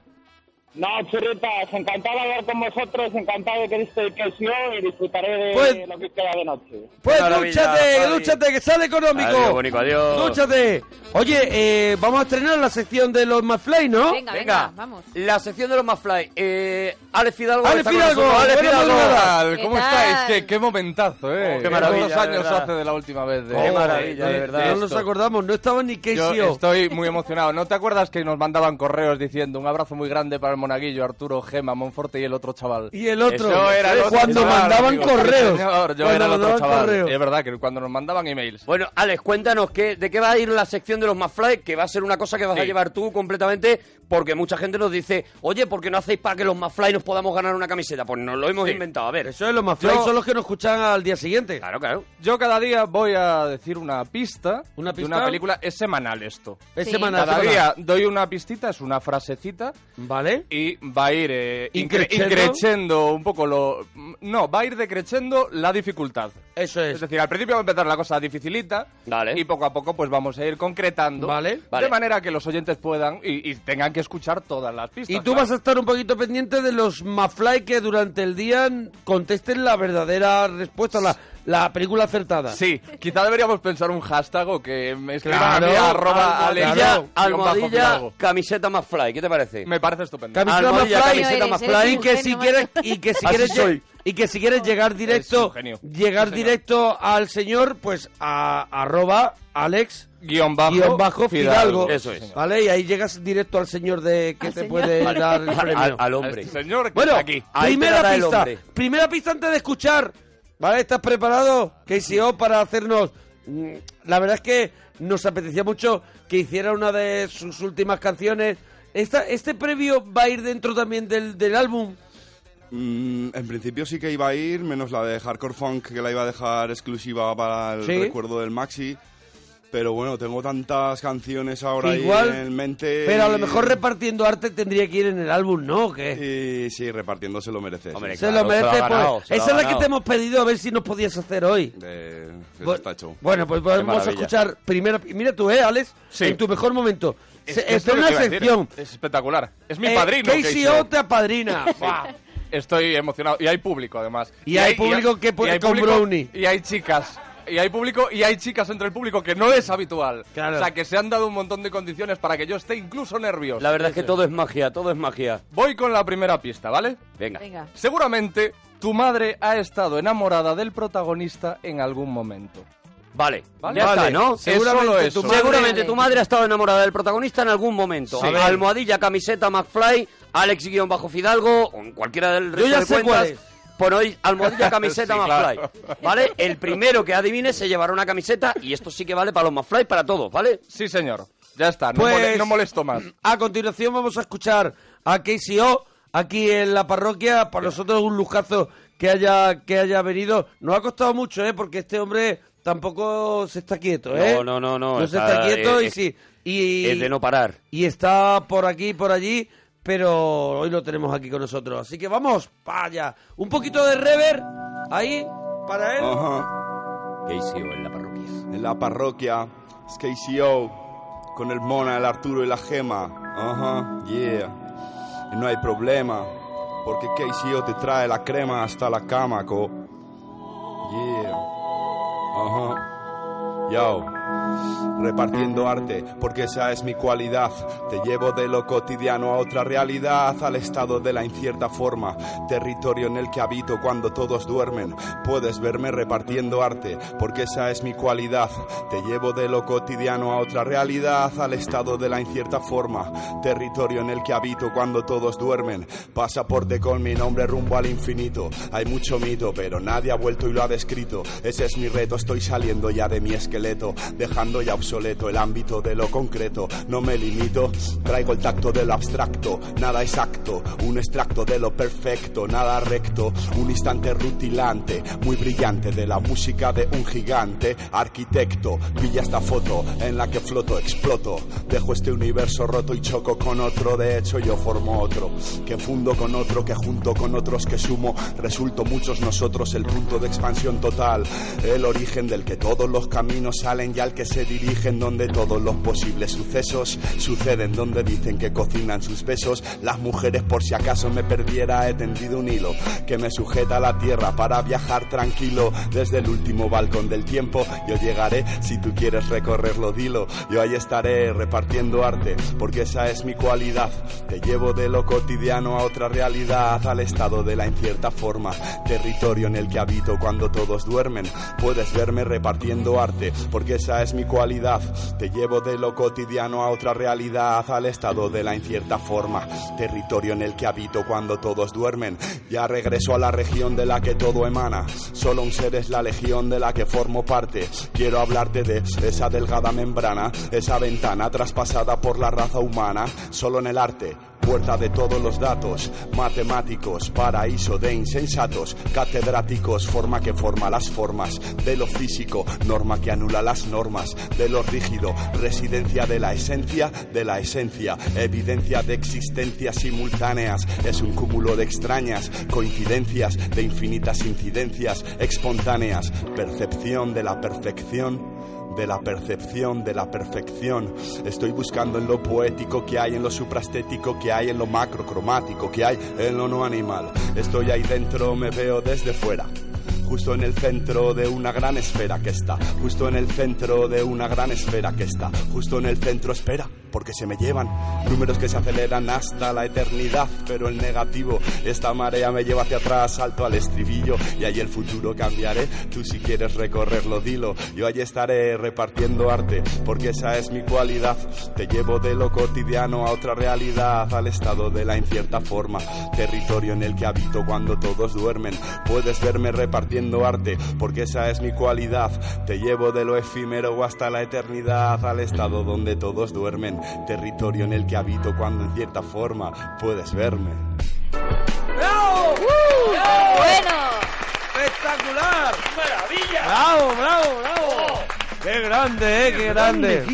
No, churritas, encantado de hablar con vosotros, encantado de que estéis que os veo y disfrutaré de
Pues-
lo que queda de noche.
Pues
Maravilla,
lúchate,
Javi.
lúchate, que sale económico.
Adiós, Bonico, adiós.
Lúchate. Oye, eh, vamos a estrenar la sección de los Maflay, ¿no?
Venga, venga,
Venga,
vamos.
la sección de los más fly. Eh, Alex Fidalgo.
Alex
está con
Fidalgo,
nosotros.
buena madrugada.
¿Qué
¿Cómo
tal?
estáis? Qué, qué momentazo, ¿eh?
Oh, qué maravilla,
¿Cuántos años
de verdad.
hace de la última vez? De,
Qué maravilla, de
de-
verdad.
de
Eh, No nos
esto?
acordamos, no estaba ni
Yo
Casey.
estoy muy emocionado. ¿No te acuerdas que nos mandaban correos diciendo un abrazo muy grande para el monaguillo, Arturo, Gema, Monforte y el otro chaval?
Y el otro,
Eso era el otro
cuando
chaval,
mandaban
amigo.
correos.
Sí, señor, yo
Cuando
era el otro
mandaban
chaval.
correos.
Es verdad que cuando nos mandaban emails.
Bueno, Alex, cuéntanos qué, de qué va a ir la sección de los más fly, que va a ser una cosa que vas a
Sí.
llevar tú completamente, porque mucha gente nos dice, oye, ¿por qué no hacéis para que los más fly nos podamos ganar una camiseta? Pues nos lo hemos inventado, a ver.
Eso es los Maflay,
Yo-
son los que nos escuchan al día siguiente.
Claro, claro.
Yo cada día voy a decir una pista,
¿Una
de
pista?
una película. Es semanal esto.
Es
Sí.
semanal,
Cada
semanal.
día doy una pistita, es una frasecita,
¿Vale?
y va a ir eh, incre-
Increchendo.
increchendo un poco lo... No, va a ir decrechendo la dificultad.
Eso
Es
es.
decir, al principio va a empezar la cosa dificilita
Vale.
y poco a poco pues vamos a ir concretando
Vale.
de
Vale.
manera que los oyentes puedan y, y tengan que escuchar todas las pistas.
Y tú vas a estar un poquito pendiente de los Mafly que durante el día contesten la verdadera respuesta, la, la película acertada.
Sí, quizá deberíamos pensar un hashtag o que me escriban
Claro,
a mí, arroba
almohadilla,
Alex,
Almohadilla,
guión bajo
almohadilla,
Fidalgo.
camiseta más fly, ¿qué te parece?
Me parece estupendo.
Camiseta
Almohadilla,
Mafly,
camiseta
Mafly,
Mafly.
y que si
Eres un
quieres
genio,
y que si
Así
quieres lleg-
soy.
y que si quieres llegar
Eres
directo
un genio.
llegar
Sí, señor.
directo al señor pues a arroba Alex
Guión bajo,
guión bajo Fidalgo,
Eso es.
vale y ahí llegas directo al señor de que te puede
Vale.
dar el
Al,
premio
al- al
A
hombre.
este señor que
Bueno,
está aquí.
Ahí te la
primera
da el
pista.
hombre.
Primera pista antes de escuchar. ¿Vale? ¿Estás preparado, KCO, para hacernos... mm, La verdad es que nos apetecía mucho que hiciera una de sus últimas canciones. Esta, ¿Este previo va a ir dentro también del, del álbum?
Mm, en principio sí que iba a ir, menos la de Hardcore Funk, que la iba a dejar exclusiva para el
Sí.
recuerdo del Maxi. Pero bueno, tengo tantas canciones ahora
Que
ahí
igual-
en mente.
Pero a lo
y-
mejor repartiendo arte tendría que ir en el álbum, ¿no? Que
Y sí, repartiendo se lo merece. sí.
se lo merece. pues, esa es la que te hemos pedido a ver si nos podías hacer hoy.
Eh, eso
Bu-
está hecho.
Bueno, pues
Qué
vamos a
maravilla.
escuchar primero. Mira tú, ¿eh, Alex? En tu mejor momento.
Es-
Se-
es
está
lo
una
que te iba a decir,
sección.
Es espectacular. Es mi
Eh,
padrino.
Casey O te apadrina.
Buah. Estoy emocionado. Y hay público, además.
Y hay público que puede-
y hay
con
público
brownie.
Y hay chicas. Y hay público y hay chicas entre el público que no es habitual. O sea, que se han dado un montón de condiciones para que yo esté incluso nervioso.
La verdad es que todo es magia, todo es magia.
Voy con la primera pista, ¿vale?
Venga.
Venga.
Seguramente tu madre ha estado enamorada del protagonista en algún momento.
Vale,
Vale.
ya
Vale.
está, ¿no?
Es solo eso.
tu madre... Seguramente tu madre ha estado enamorada del protagonista en algún momento.
Sí.
A ver, Almohadilla, camiseta, McFly, Alex-Fidalgo, o en cualquiera del resto
ya
de
sé
cuentas.
cuál es.
Por hoy, almohadilla, camiseta,
Sí,
McFly.
claro.
¿Vale? El primero que adivine se llevará una camiseta y esto sí que vale para los McFly, para todos, ¿vale?
Sí, señor. Ya está,
no Pues- mole- no
molesto más.
A continuación vamos a escuchar a Casey O aquí en la parroquia. Para nosotros un lujazo que haya, que haya venido. Nos ha costado mucho, ¿eh? Porque este hombre tampoco se está quieto, ¿eh?
No, no, no, no.
No se está quieto y
es-
sí. Y,
Es de no parar.
y está por aquí, por allí. Pero hoy lo tenemos aquí con nosotros. Así que vamos, vaya. Un poquito de rever ahí para él.
KCO en la parroquia.
En la parroquia, es KCO, con el Mona, el Arturo y la Gema. Ajá, yeah. Y no hay problema, porque KCO te trae la crema hasta la cama, co. Yeah. Ajá. Yo. Repartiendo arte, porque esa es mi cualidad. Te llevo de lo cotidiano a otra realidad, al estado de la incierta forma, territorio en el que habito cuando todos duermen. Puedes verme repartiendo arte, porque esa es mi cualidad. Te llevo de lo cotidiano a otra realidad, al estado de la incierta forma, territorio en el que habito cuando todos duermen. Pasaporte con mi nombre rumbo al infinito. Hay mucho mito, pero nadie ha vuelto y lo ha descrito. Ese es mi reto, estoy saliendo ya de mi esqueleto, dejando ya obsoleto el ámbito de lo concreto. No me limito, traigo el tacto de lo abstracto, nada exacto, un extracto de lo perfecto, nada recto, un instante rutilante, muy brillante de la música de un gigante, arquitecto, pilla esta foto en la que floto, exploto, dejo este universo roto y choco con otro, de hecho yo formo otro, que fundo con otro, que junto con otros que sumo, resulto muchos nosotros el punto de expansión total, el origen del que todos los caminos salen y al que se dirigen, donde todos los posibles sucesos suceden, donde dicen que cocinan sus besos, las mujeres por si acaso me perdiera, he tendido un hilo que me sujeta a la tierra para viajar tranquilo desde el último balcón del tiempo, yo llegaré, si tú quieres recorrerlo, dilo, yo ahí estaré repartiendo arte, porque esa es mi cualidad, te llevo de lo cotidiano a otra realidad, al estado de la incierta forma, territorio en el que habito cuando todos duermen, puedes verme repartiendo arte, porque esa es mi cualidad, te llevo de lo cotidiano a otra realidad, al estado de la incierta forma, territorio en el que habito cuando todos duermen, ya regreso a la región de la que todo emana, solo un ser es la legión de la que formo parte, quiero hablarte de esa delgada membrana, esa ventana traspasada por la raza humana, solo en el arte, puerta de todos los datos, matemáticos, paraíso de insensatos, catedráticos, forma que forma las formas, de lo físico, norma que anula las normas, de lo rígido, residencia de la esencia, de la esencia, evidencia de existencias simultáneas, es un cúmulo de extrañas, coincidencias, de infinitas incidencias, espontáneas, percepción de la perfección de la percepción, de la perfección. Estoy buscando en lo poético que hay, en lo suprastético que hay, en lo macrocromático que hay, en lo no animal. Estoy ahí dentro, me veo desde fuera. Justo en el centro de una gran esfera que está. Justo en el centro de una gran esfera que está. Justo en el centro, espera, porque se me llevan. Números que se aceleran hasta la eternidad, pero el negativo. Esta marea me lleva hacia atrás, salto al estribillo y ahí el futuro cambiaré. Tú si quieres recorrerlo, dilo. Yo allí estaré repartiendo arte, porque esa es mi cualidad. Te llevo de lo cotidiano a otra realidad, al estado de la incierta forma, territorio en el que habito cuando todos duermen. Puedes verme repartiendo arte, porque esa es mi cualidad. Te llevo de lo efímero hasta la eternidad, al estado donde todos duermen, territorio en el que habito cuando en cierta forma puedes verme.
¡Bravo!
¡Bueno!
¡Uh! ¡Espectacular!
¡Maravilla!
¡Bravo, bravo, bravo! Qué grande, eh, qué grande.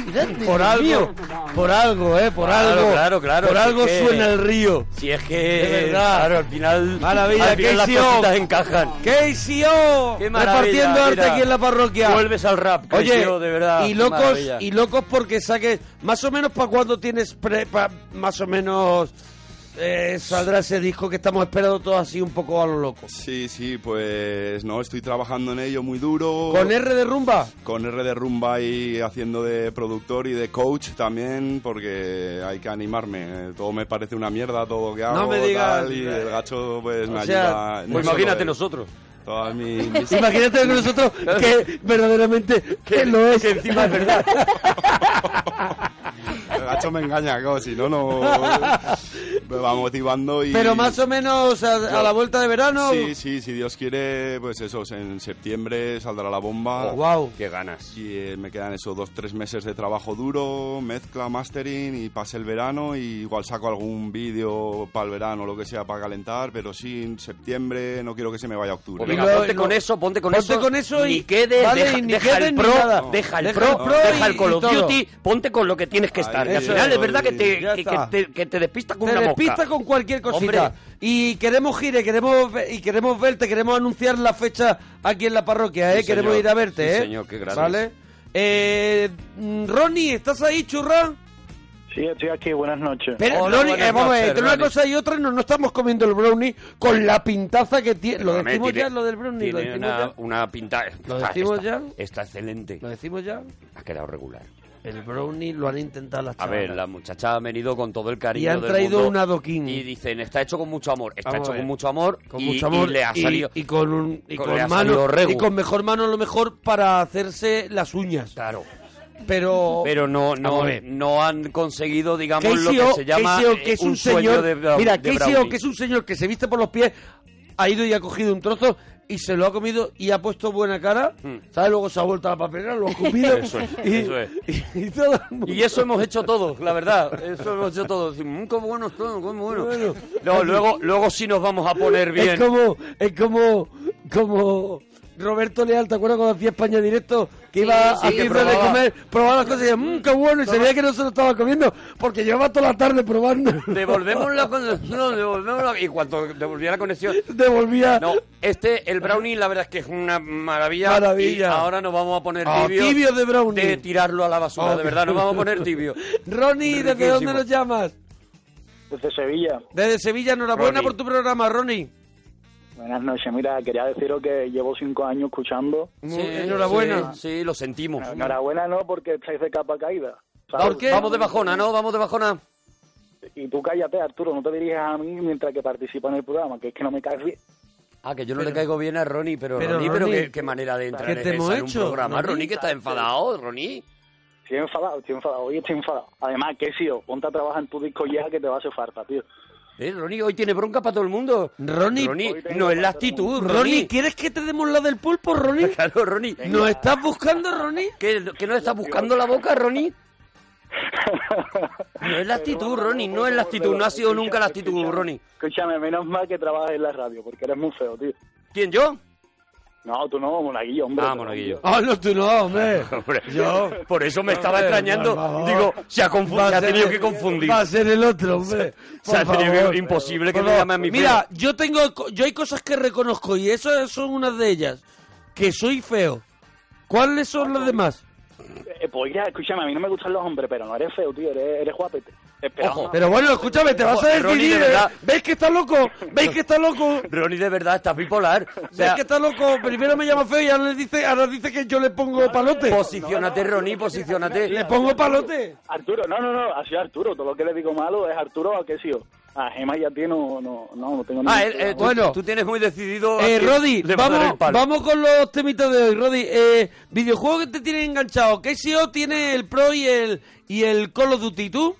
Por
Dios
algo,
mío.
por algo, eh, por
Claro,
algo.
claro, claro,
Por
si es
algo
que-
suena el río.
Si es que.
De verdad.
Claro, al final.
Maravilla,
al final las
KCO.
cositas encajan.
KCO.
Qué maravilla,
Repartiendo arte
mira.
aquí en la parroquia.
Vuelves al rap, KCO,
Oye,
de verdad,
Y
qué
locos,
maravilla.
y locos porque saques. Más o menos para cuando tienes. pre- pa- más o menos. eh, saldrá ese disco que estamos esperando todos así un poco a lo loco.
Sí, sí, pues no, estoy trabajando en ello muy duro.
Con R de rumba.
Con R de rumba y haciendo de productor y de coach también, porque hay que animarme. Eh, Todo me parece una mierda, todo que hago.
No me digas.
tal, y el gacho pues
O
me
sea,
ayuda. en
pues
eso,
imagínate
eh,
nosotros.
todas mis- mis-
Imagínate con nosotros que verdaderamente que lo es. encima es verdad.
El gacho me engaña, co, si no, no. Me va motivando y.
Pero más o menos a, a la vuelta de verano.
Sí, sí, si Dios quiere, pues eso, en septiembre saldrá la bomba.
Oh, wow.
¡Qué ganas! Y eh, me quedan esos dos, tres meses de trabajo duro, mezcla, mastering y pase el verano y igual saco algún vídeo para el verano, lo que sea, para calentar, pero sí, en septiembre, no quiero que se me vaya octubre.
Pues venga, ponte con eso, ponte con eso.
con eso y-
Ni quede,
vale,
deja,
y ni
deja
quede
el
ni
pro,
nada.
deja el
Deja
pro,
el pro
deja el
y-
Call
y
of
todo.
Duty, ponte con lo que tienes que estar. Y al
eso
final
es.
es verdad que te,
Ya
que,
está.
que te, que te despistas con
Te
una
despista
mosca.
con cualquier cosita.
Hombre.
Y queremos gire, queremos ve- y queremos verte, queremos anunciar la fecha aquí en la parroquia, ¿eh?
Sí,
queremos
señor.
ir a verte,
Sí,
¿eh?
señor, qué grande.
¿Vale? Eh, mm, Ronnie, ¿estás ahí, churra?
Sí, estoy aquí, buenas noches.
Pero, Ronnie, eh, vamos a ver, entre una cosa y otra nos no estamos comiendo el brownie con la pintaza que tiene. Lo
Perdóname,
decimos
tiene-
ya, lo del brownie, lo
tiene
decimos
una,
ya.
una pinta.
¿Lo
está-
decimos
está-
ya?
Está excelente.
Lo decimos ya.
Ha quedado regular.
El brownie lo han intentado las
A ver,
chavalas.
las muchachas han venido con todo el cariño.
Y han
del
traído
mundo
un adoquín.
Y dicen, está hecho con mucho amor. Está
Vamos a
hecho
ver.
con mucho amor.
Con
y,
mucho amor
y le ha
y-
salido.
y con un y
con-
con,
le ha
mano
salido regu.
y con mejor mano a lo mejor para hacerse las uñas.
Claro.
Pero
Pero no,
Vamos
no,
a ver.
no han conseguido, digamos,
Casey
lo que
O-
se llama
Casey O,
eh,
que es un,
sueño
señor,
de Bra-
mira,
de
Casey O,
brownie.
que es un señor que se viste por los pies, ha ido y ha cogido un trozo y se lo ha comido y ha puesto buena cara, ¿sabes? Luego se ha vuelto a la papelera, lo ha comido
Hmm. Eso es,
y,
eso es.
y todo el mundo-
Y eso hemos hecho todos, la verdad. Eso hemos hecho todos. Decimos, "Mm, qué bueno es todo, qué bueno". No, luego, luego sí nos vamos a poner bien.
Es como, es como, como Roberto Leal, ¿te acuerdas cuando hacía España directo? Que
Sí,
iba
sí,
a
que
tiendas de
probaba.
comer, probaba las cosas y decía, mmm, qué bueno, y se veía que no se lo estaba comiendo, porque llevaba toda la tarde probando.
Devolvemos la conexión, devolvemos la... Y cuando devolvía la conexión...
Devolvía...
No, este, el brownie, la verdad es que es una maravilla.
Maravilla.
Y ahora nos vamos a poner
Ah,
tibios
tibio de brownie.
de tirarlo a la basura,
Oh,
de verdad. Nos vamos a poner tibio.
Ronnie, ¿desde
Riquísimo.
dónde nos llamas?
Desde Sevilla.
Desde Sevilla, enhorabuena
Ronnie.
por tu programa, Ronnie.
Buenas noches, mira, quería deciros que llevo cinco años escuchando.
Sí, enhorabuena.
Sí, sí, lo sentimos.
Enhorabuena no, porque estáis de capa caída. Ah, ¿sabes?
¿Por qué? Vamos de bajona, ¿no? Vamos de bajona.
Y tú cállate, Arturo, no te dirijas a mí mientras que participa en el programa, que es que no me caes bien.
Ah, que yo no le caigo bien a Ronnie, pero,
Pero,
Ronnie, pero
Ronnie,
qué, qué manera de entrar
¿qué te
en,
hemos
esa en un
hecho,
programa.
Ronnie?
Ronnie, que está enfadado, Ronnie.
Estoy enfadado, estoy enfadado, hoy estoy enfadado. Además, que sí, o ponte a trabajar en tu disco ya que te va a hacer falta, tío.
Eh, Ronnie hoy tiene bronca para todo el mundo.
Ronnie,
no es la actitud, Ronnie.
Ronnie, ¿quieres que te demos la del pulpo, Ronnie?
Claro, Ronnie.
¿Nos estás buscando, Ronnie?
¿Que, que no estás buscando la boca, Ronnie? No es la actitud, Ronnie, no es la actitud, no ha sido nunca la actitud, Ronnie.
Escúchame, menos mal que trabajas en la radio, porque eres muy feo, tío.
¿Quién, yo?
No, tú no, Monaguillo, hombre.
Ah, Monaguillo.
Ah, no, tú no, hombre. Yo.
Por eso me estaba
Hombre,
extrañando.
por favor.
Digo, se ha, confu-
Va a
se ha
ser-
tenido que confundir.
Va a ser el otro, hombre.
Se ha
Por
tenido que-
favor.
imposible que
Por
me
favor.
llame a mi
Mira, yo tengo, co- yo hay cosas que reconozco y eso son unas de ellas. Que soy feo. ¿Cuáles son las demás?
Eh, pues ya, escúchame, a mí no me gustan los hombres, pero no eres feo, tío, eres, eres guapete. Espera, no.
Pero bueno, escúchame, te vas a
Ronnie, de
decidir. ¿eh?
verdad.
¿Veis que está loco? ¿Veis que está loco?
Ronnie, de verdad, estás bipolar. O
¿Veis
sea,
que está loco? Primero me llama feo y ahora, le dice, ahora dice que yo le pongo palote.
Pues- posicionate, Ronnie, posicionate. Ah,
Le pongo palote.
Arturo, no, no, no, así es Arturo, todo lo que le digo malo es Arturo a qué sí. Ah, A Gemma y a ti no, no, no, no tengo
Ah,
ningún
eh, eh,
problema.
tú, tú tienes muy decidido. a
Eh,
quién
Rodi,
le va a dar
vamos,
el palo.
vamos con los temitas de hoy, Rodi. Eh, videojuego E que te tienen enganchado. KCO tiene el Pro y el, y el Call of Duty, ¿tú?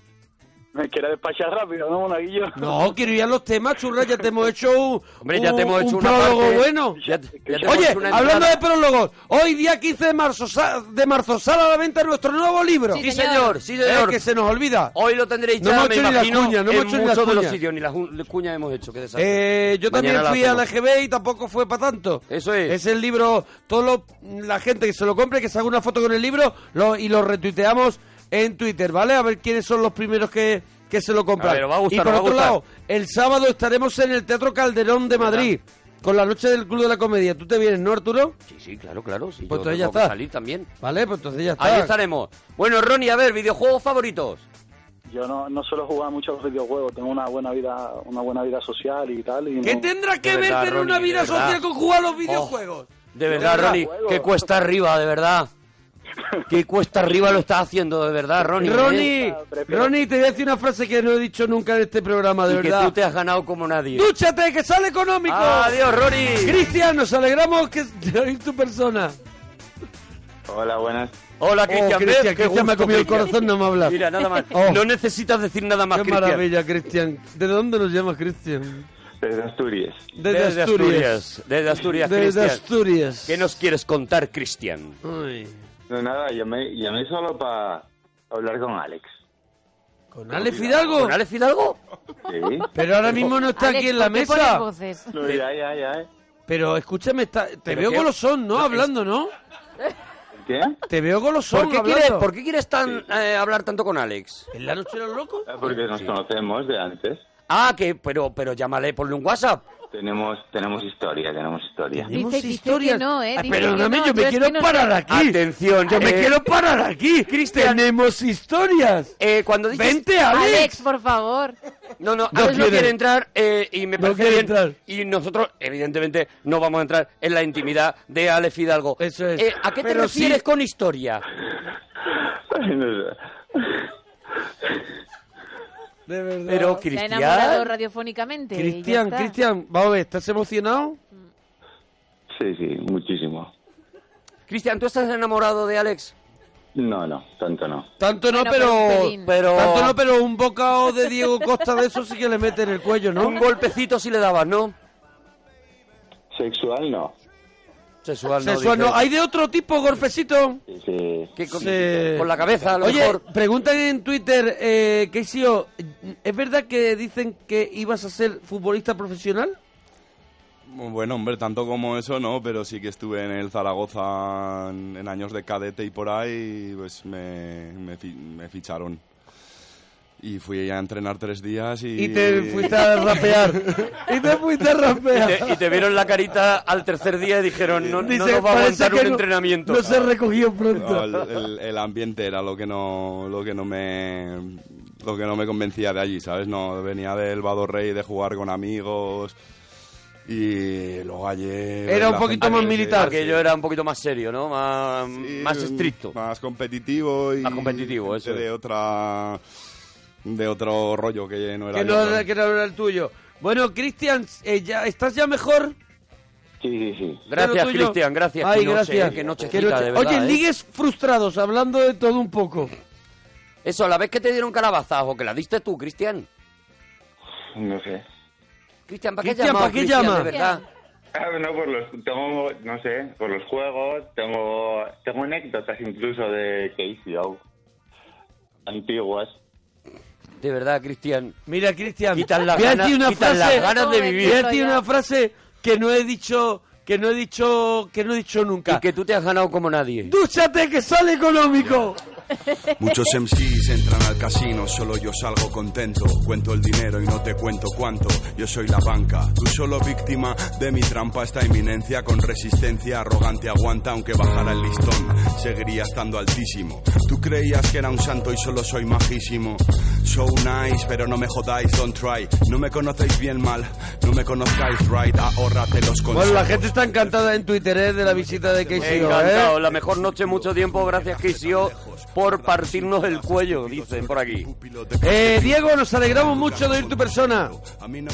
Me quiere despachar rápido, ¿no, monaguillo?
No, quiero ir a los temas, churra, ya te hemos hecho un,
Hombre, ya te hemos
un
hecho una
prólogo
parte-
bueno.
Ya te- ya
Oye,
te hemos hecho una
hablando
entrada.
de prólogos, hoy día 15 de marzo, sa- de marzo sale a la venta nuestro nuevo libro.
Sí, señor, sí, señor.
Es que se nos olvida.
Hoy lo tendréis
No
ya,
hemos
me
hecho ni la
imagino,
cuña, no hemos
en
hecho ni la
muchos de los
cuña.
sitios, ni las ju- cuñas hemos hecho, qué desastre.
Eh, yo también
Mañana la
fui a la
hacemos.
GB y tampoco fue para tanto. Eso es. Es el libro, toda la gente que se lo compre, que se haga una foto con el libro lo- y lo retuiteamos en Twitter, ¿vale? A ver quiénes son los primeros que, que se lo compran.
A ver, os va a
y
gustar,
por
os va a
otro
gustar.
lado, el sábado estaremos en el Teatro Calderón de Madrid. Con la noche del Club de la Comedia. ¿Tú te vienes, no, Arturo?
Sí, sí, claro, claro. Sí,
Pues
yo
entonces ya
tengo que
está.
salir también.
Vale, pues entonces ya está.
Ahí estaremos. Bueno, Ronnie, a ver, videojuegos favoritos.
Yo no, no suelo jugar mucho a los videojuegos, tengo una buena vida una buena vida social y tal. Y
¿Qué
no-
tendrá que ver tener una vida social con jugar a
Oh.
los videojuegos?
De verdad,
verdad,
Ronnie,
juego.
que cuesta arriba, de verdad. Que cuesta arriba lo estás haciendo, de verdad, Ronnie. ¿eh?
Ronnie, Ronnie, te voy a decir una frase que no he dicho nunca en este programa, de
Y que
verdad.
tú te has ganado como nadie.
¡Dúchate, que sale económico!
Adiós, Rory.
Cristian, nos alegramos que de oír tu persona.
Hola, buenas.
Hola, Oh, Cristian.
Oh,
¿ves?
Cristian,
Qué
Cristian me ha
gusto,
comido el
Cristian.
corazón, no me habla.
Mira, nada más.
Oh.
No necesitas decir nada más,
Qué
Cristian.
maravilla, Cristian. ¿De dónde nos llamas, Cristian?
Desde Asturias.
Desde Asturias.
Desde Asturias,
Desde
Cristian.
Asturias.
¿Qué nos quieres contar, Cristian?
No, nada, llamé, llamé solo para hablar con Alex.
¿Con Alex Fidalgo? ¿Con
Alex Fidalgo?
Sí.
Pero ahora mismo no está
Alex,
aquí en la
¿por qué
mesa.
pones voces?
No, ya, ya, ya. ¿eh?
Pero escúchame, está- te
Pero
veo
qué-
golosón, ¿no? Hablando, ¿no?
¿Qué?
Te veo golosón
¿Por qué
hablando.
quieres, por qué quieres tan, eh, hablar tanto con Alex?
¿En la noche de los locos?
Ah, Porque nos conocemos de antes.
Ah, que, pero, pero llámale, ponle un WhatsApp.
Tenemos, tenemos historia, tenemos historia.
Dice, dice que no, ¿eh?
Ah,
Dice
Perdóname,
que no,
yo me
es
quiero
que no
parar
sé.
Ah,
aquí.
Atención,
yo me
eh,
quiero parar aquí.
Cristian.
tenemos historias.
Eh, cuando dices...
Vente, Alex.
Alex, por favor.
No, no,
No
Alex no
quiere.
quiere entrar eh, y me parece
quiere
bien.
entrar.
Y nosotros, evidentemente, no vamos a entrar en la intimidad de Alex Fidalgo. Eso
es.
¿A qué te
Pero sí-
refieres con historia?
No sé.
De verdad.
Pero,
Se ha enamorado radiofónicamente. y ya
Cristian,
está.
Cristian, vamos a ver, ¿estás emocionado?
Sí, sí, muchísimo.
Cristian, ¿tú estás enamorado de Alex?
No, no, tanto no.
Tanto no,
Bueno, pero un
pero,
pelín. Pero-
Tanto no, pero un bocado de Diego Costa de eso sí que le mete en el cuello, ¿no?
Un golpecito si le dabas, ¿no?
Sexual no.
Sexual no.
Sexual,
dice.
no. ¿Hay de otro tipo, golpecito?
Sí, sí.
Que con,
Sí.
con la cabeza, a lo
Oye,
mejor.
preguntan en Twitter, eh, Keisio, ¿es verdad que dicen que ibas a ser futbolista profesional?
Bueno, hombre, tanto como eso no, pero sí que estuve en el Zaragoza en, en años de cadete y por ahí, pues me, me, fi- me ficharon. Y fui a entrenar tres días y...
Y te fuiste a rapear. y te fuiste a rapear.
Y te, y te vieron la carita al tercer día y dijeron, no, no
Dice,
nos va a
parece
aguantar
que
un
no-
entrenamiento.
No se recogió
No,
pronto.
el, el- el ambiente era lo que no lo que no me lo que no me convencía de allí, ¿sabes? No venía del Badorrey de jugar con amigos y luego allí pues,
Era un poquito más militar.
Aquello era un poquito más serio, ¿no? Más, más estricto.
más competitivo y
Más competitivo, eso
de
es.
otra de otro rollo que no era
Que
yo,
no, era, que no era el tuyo. Bueno, Cristian, eh, ya- ¿estás ya mejor?
Sí, sí, sí.
de
Gracias,
lo tuyo?
Cristian, gracias.
Ay,
Qué noche,
gracias.
eh, qué noche
Qué
quita,
noche.
de verdad,
Oye,
eh.
ligues frustrados, hablando de todo un poco.
Eso, a la vez que te dieron calabazas o que la diste tú, Cristian.
No sé.
Cristian, ¿para qué
Cristian,
llamas?
¿para qué
Cristian,
llama?
De verdad.
Ah, no, por los, tengo, no sé, por los juegos, tengo, tengo anécdotas incluso de KCO. Antiguas.
De verdad, Cristian.
Mira, Cristian,
Quitan las
voy a
ganas-
decir una
quitan
frase,
las ganas de vivir.
voy a decir una frase que no he dicho, que no he dicho, que no he dicho nunca.
Y que tú te has ganado como nadie.
¡Dúchate que sale económico!
Muchos MCs entran al casino, solo yo salgo contento. Cuento el dinero y no te cuento cuánto. Yo soy la banca, tú solo víctima de mi trampa. Esta eminencia con resistencia arrogante aguanta, aunque bajara el listón, seguiría estando altísimo. Tú creías que era un santo y solo soy majísimo. So nice, pero no me jodáis, don't try. No me conocéis bien mal, no me conozcáis right. Ahórrate los consejos.
Bueno, la gente está encantada en Twitter ¿eh? de la visita de eh. Casey.
Encantado, la mejor noche, mucho tiempo. Gracias, Kisio, por partirnos el cuello, dicen por aquí.
Eh, Diego, nos alegramos mucho de oír tu persona.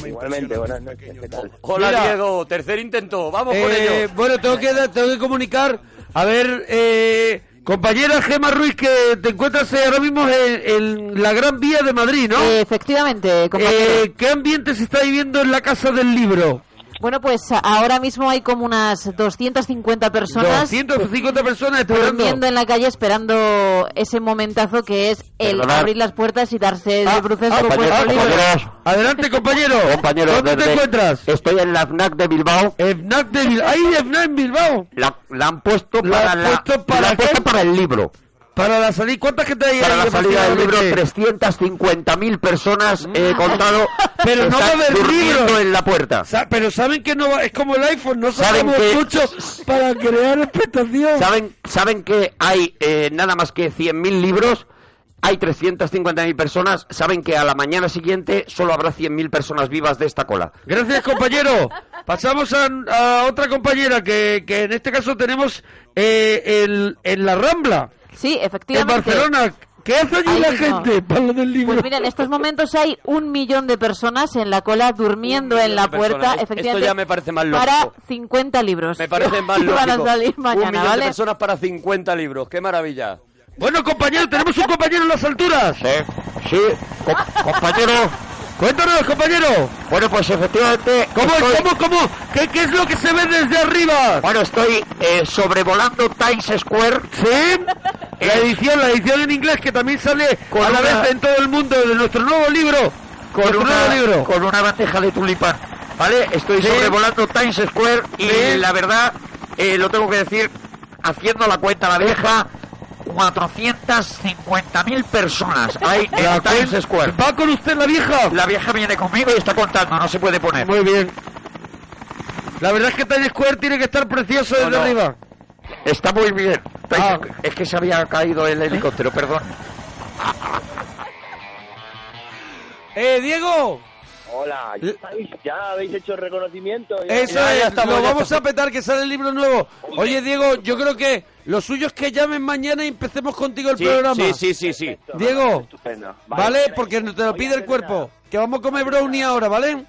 Igualmente, buenas noches, ¿qué tal?
Hola,
Mira.
Diego, tercer intento. Vamos con
Eh,
ello.
Bueno, tengo que, tengo que comunicar. A ver, eh, Compañera Gema Ruiz, que te encuentras eh, ahora mismo en, en la Gran Vía de Madrid, ¿no?
Eh, Efectivamente, compañero.
Eh, ¿Qué ambiente se está viviendo en la Casa del Libro?
Bueno, pues ahora mismo hay como unas 250 personas
250 personas esperando.
durmiendo en la calle esperando ese momentazo que es el
Perdonad. Ah,
abrir las puertas y darse de bruces por
compañeros,
Puerto Libre.
compañeros.
Adelante, compañero.
Compañero,
¿Dónde te
desde- Eh,
encuentras?
Estoy en la FNAC de Bilbao.
FNAC de Bilbao. ¡Ahí, FNAC en Bilbao!
La, la han puesto
¿La
para
han
la-
puesto para
la han
qué?
puesto para el libro.
Para la salida, ¿cuánta gente hay
Para
ahí
la salida del libro,
aproximadamente?
350.000 personas he contado.
Pero no va a
están
haber
durmiendo
libros.
en la puerta.
Sa- Pero saben que no va- es como el iPhone, no
Saben
sabemos
que-
mucho para crear expectación.
¿Saben, saben que hay eh, nada más que 100.000 libros? Hay 350.000 personas. Saben que a la mañana siguiente solo habrá 100.000 personas vivas de esta cola.
Gracias, compañero. Pasamos a, a otra compañera que, que en este caso tenemos eh, el- en la Rambla,
Sí,
en
efectivamente.
Barcelona. ¿Qué hace allí
Ahí
la
mismo.
gente para lo del libro?
Pues mira, en estos momentos hay un millón de personas en la cola durmiendo en la
personas.
puerta,
Esto
efectivamente.
ya me parece más lógico.
Para 50 libros.
Me parece más
que
lógico.
Van a salir
Un
mañana,
millón de
¿vale?
personas para 50 libros. ¡Qué maravilla!
Bueno, compañero, tenemos un compañero en las alturas.
Sí, co- compañero.
Cuéntanos, compañero.
Bueno, pues efectivamente.
¿Cómo,
estoy-
cómo, cómo? ¿Qué, qué es lo que se ve desde arriba?
Bueno, estoy eh, sobrevolando Times Square.
Sí. La edición, la edición en inglés que también sale
Con
a la
una-
vez en todo el mundo de nuestro nuevo libro.
Con
Nuestro
una,
nuevo libro.
con una bandeja de tulipán. ¿Vale? Estoy
Sí.
sobrevolando Times Square y
Sí.
la verdad, eh, lo tengo que decir, haciendo la cuenta la vieja, 450.000 personas hay en
La
Times
cuen-
Square.
¿Va con usted la vieja?
La vieja viene conmigo y está contando, no se puede poner.
Muy bien. La verdad es que Times Square tiene que estar precioso desde
no.
arriba.
Está muy bien.
Ah.
Times- Es que se había caído el helicóptero, perdón.
Eh, Diego.
Hola,
ya,
sabéis, ya habéis hecho el reconocimiento. Ya.
Eh. Eso es, lo vamos a petar, que sale el libro nuevo. Oye, Diego, yo creo que lo suyo es que llamen mañana y empecemos contigo el
Sí,
programa.
sí, sí, sí, sí.
Diego,
Estupendo.
¿vale? Porque te lo pide el cuerpo. Que vamos a comer brownie ahora, ¿vale?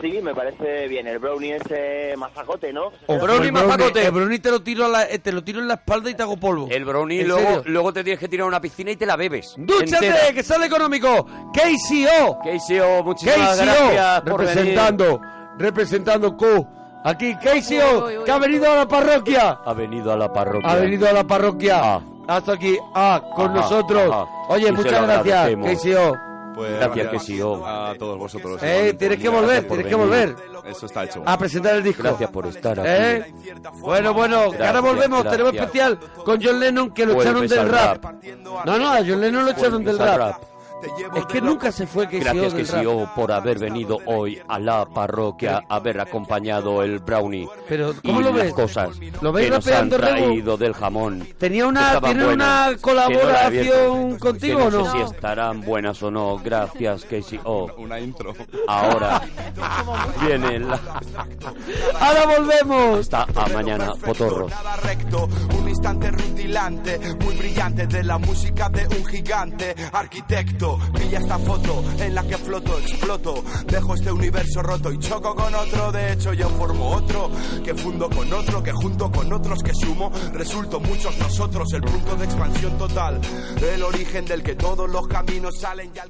Sí, me parece bien. El brownie ese mazacote, ¿no?
El
brownie mazacote.
El brownie te lo, tiro a la- eh, te lo tiro en la espalda y te hago polvo.
El brownie
¿En
luego,
serio?
luego te tienes que tirar a una piscina y te la bebes.
¡Dúchate,
Entera.
que sale económico! ¡KCO!
KCO, muchísimas gracias
KCO,
por
representando, representando Q. Aquí,
Uy, uy,
KCO,
uy.
que ha venido a la parroquia.
Ha venido a la parroquia.
Ha venido a la parroquia. Hasta aquí, ah, con
Ajá,
nosotros.
ajá. Y
Oye,
se
muchas
lo
gracias,
agradecemos.
KCO.
Pues
Gracias, oh. KCO.
A todos vosotros.
Eh,
igualmente.
tienes que
Gracias
volver,
por
tienes que
venir.
volver.
Eso está hecho.
A presentar el disco.
Gracias por estar aquí.
¿Eh? Bueno, bueno, que ahora
Gracias,
volvemos. Tenemos
gracias.
especial con John Lennon que lo
Vuelves
echaron del
al
rap.
rap.
Eh, No, no, a John Lennon lo echaron
Vuelves
del
al
rap.
rap.
Es que nunca se fue que
Gracias
del
que
rap.
por haber venido hoy a la parroquia, haber acompañado el brownie
Pero,
y
¿cómo lo
las
ves?
cosas
¿Lo ves
que nos han
rapeando, Remo?
traído del jamón.
Tenía una,
Estaban
tiene
buenas,
una
que no la
colaboración
abierto.
contigo
Que
o no?
sé si estarán buenas o no. Gracias que sí. Oh,
Una intro.
ahora viene la...
Ahora volvemos.
Hasta a mañana, potorros.
Nada recto, un instante rutilante, muy brillante de la música de un gigante arquitecto. Pilla esta foto en la que floto, exploto. Dejo este universo roto y choco con otro. De hecho, yo formo otro que fundo con otro, que junto con otros que sumo. Resulto muchos nosotros, el punto de expansión total. El origen del que todos los caminos salen y al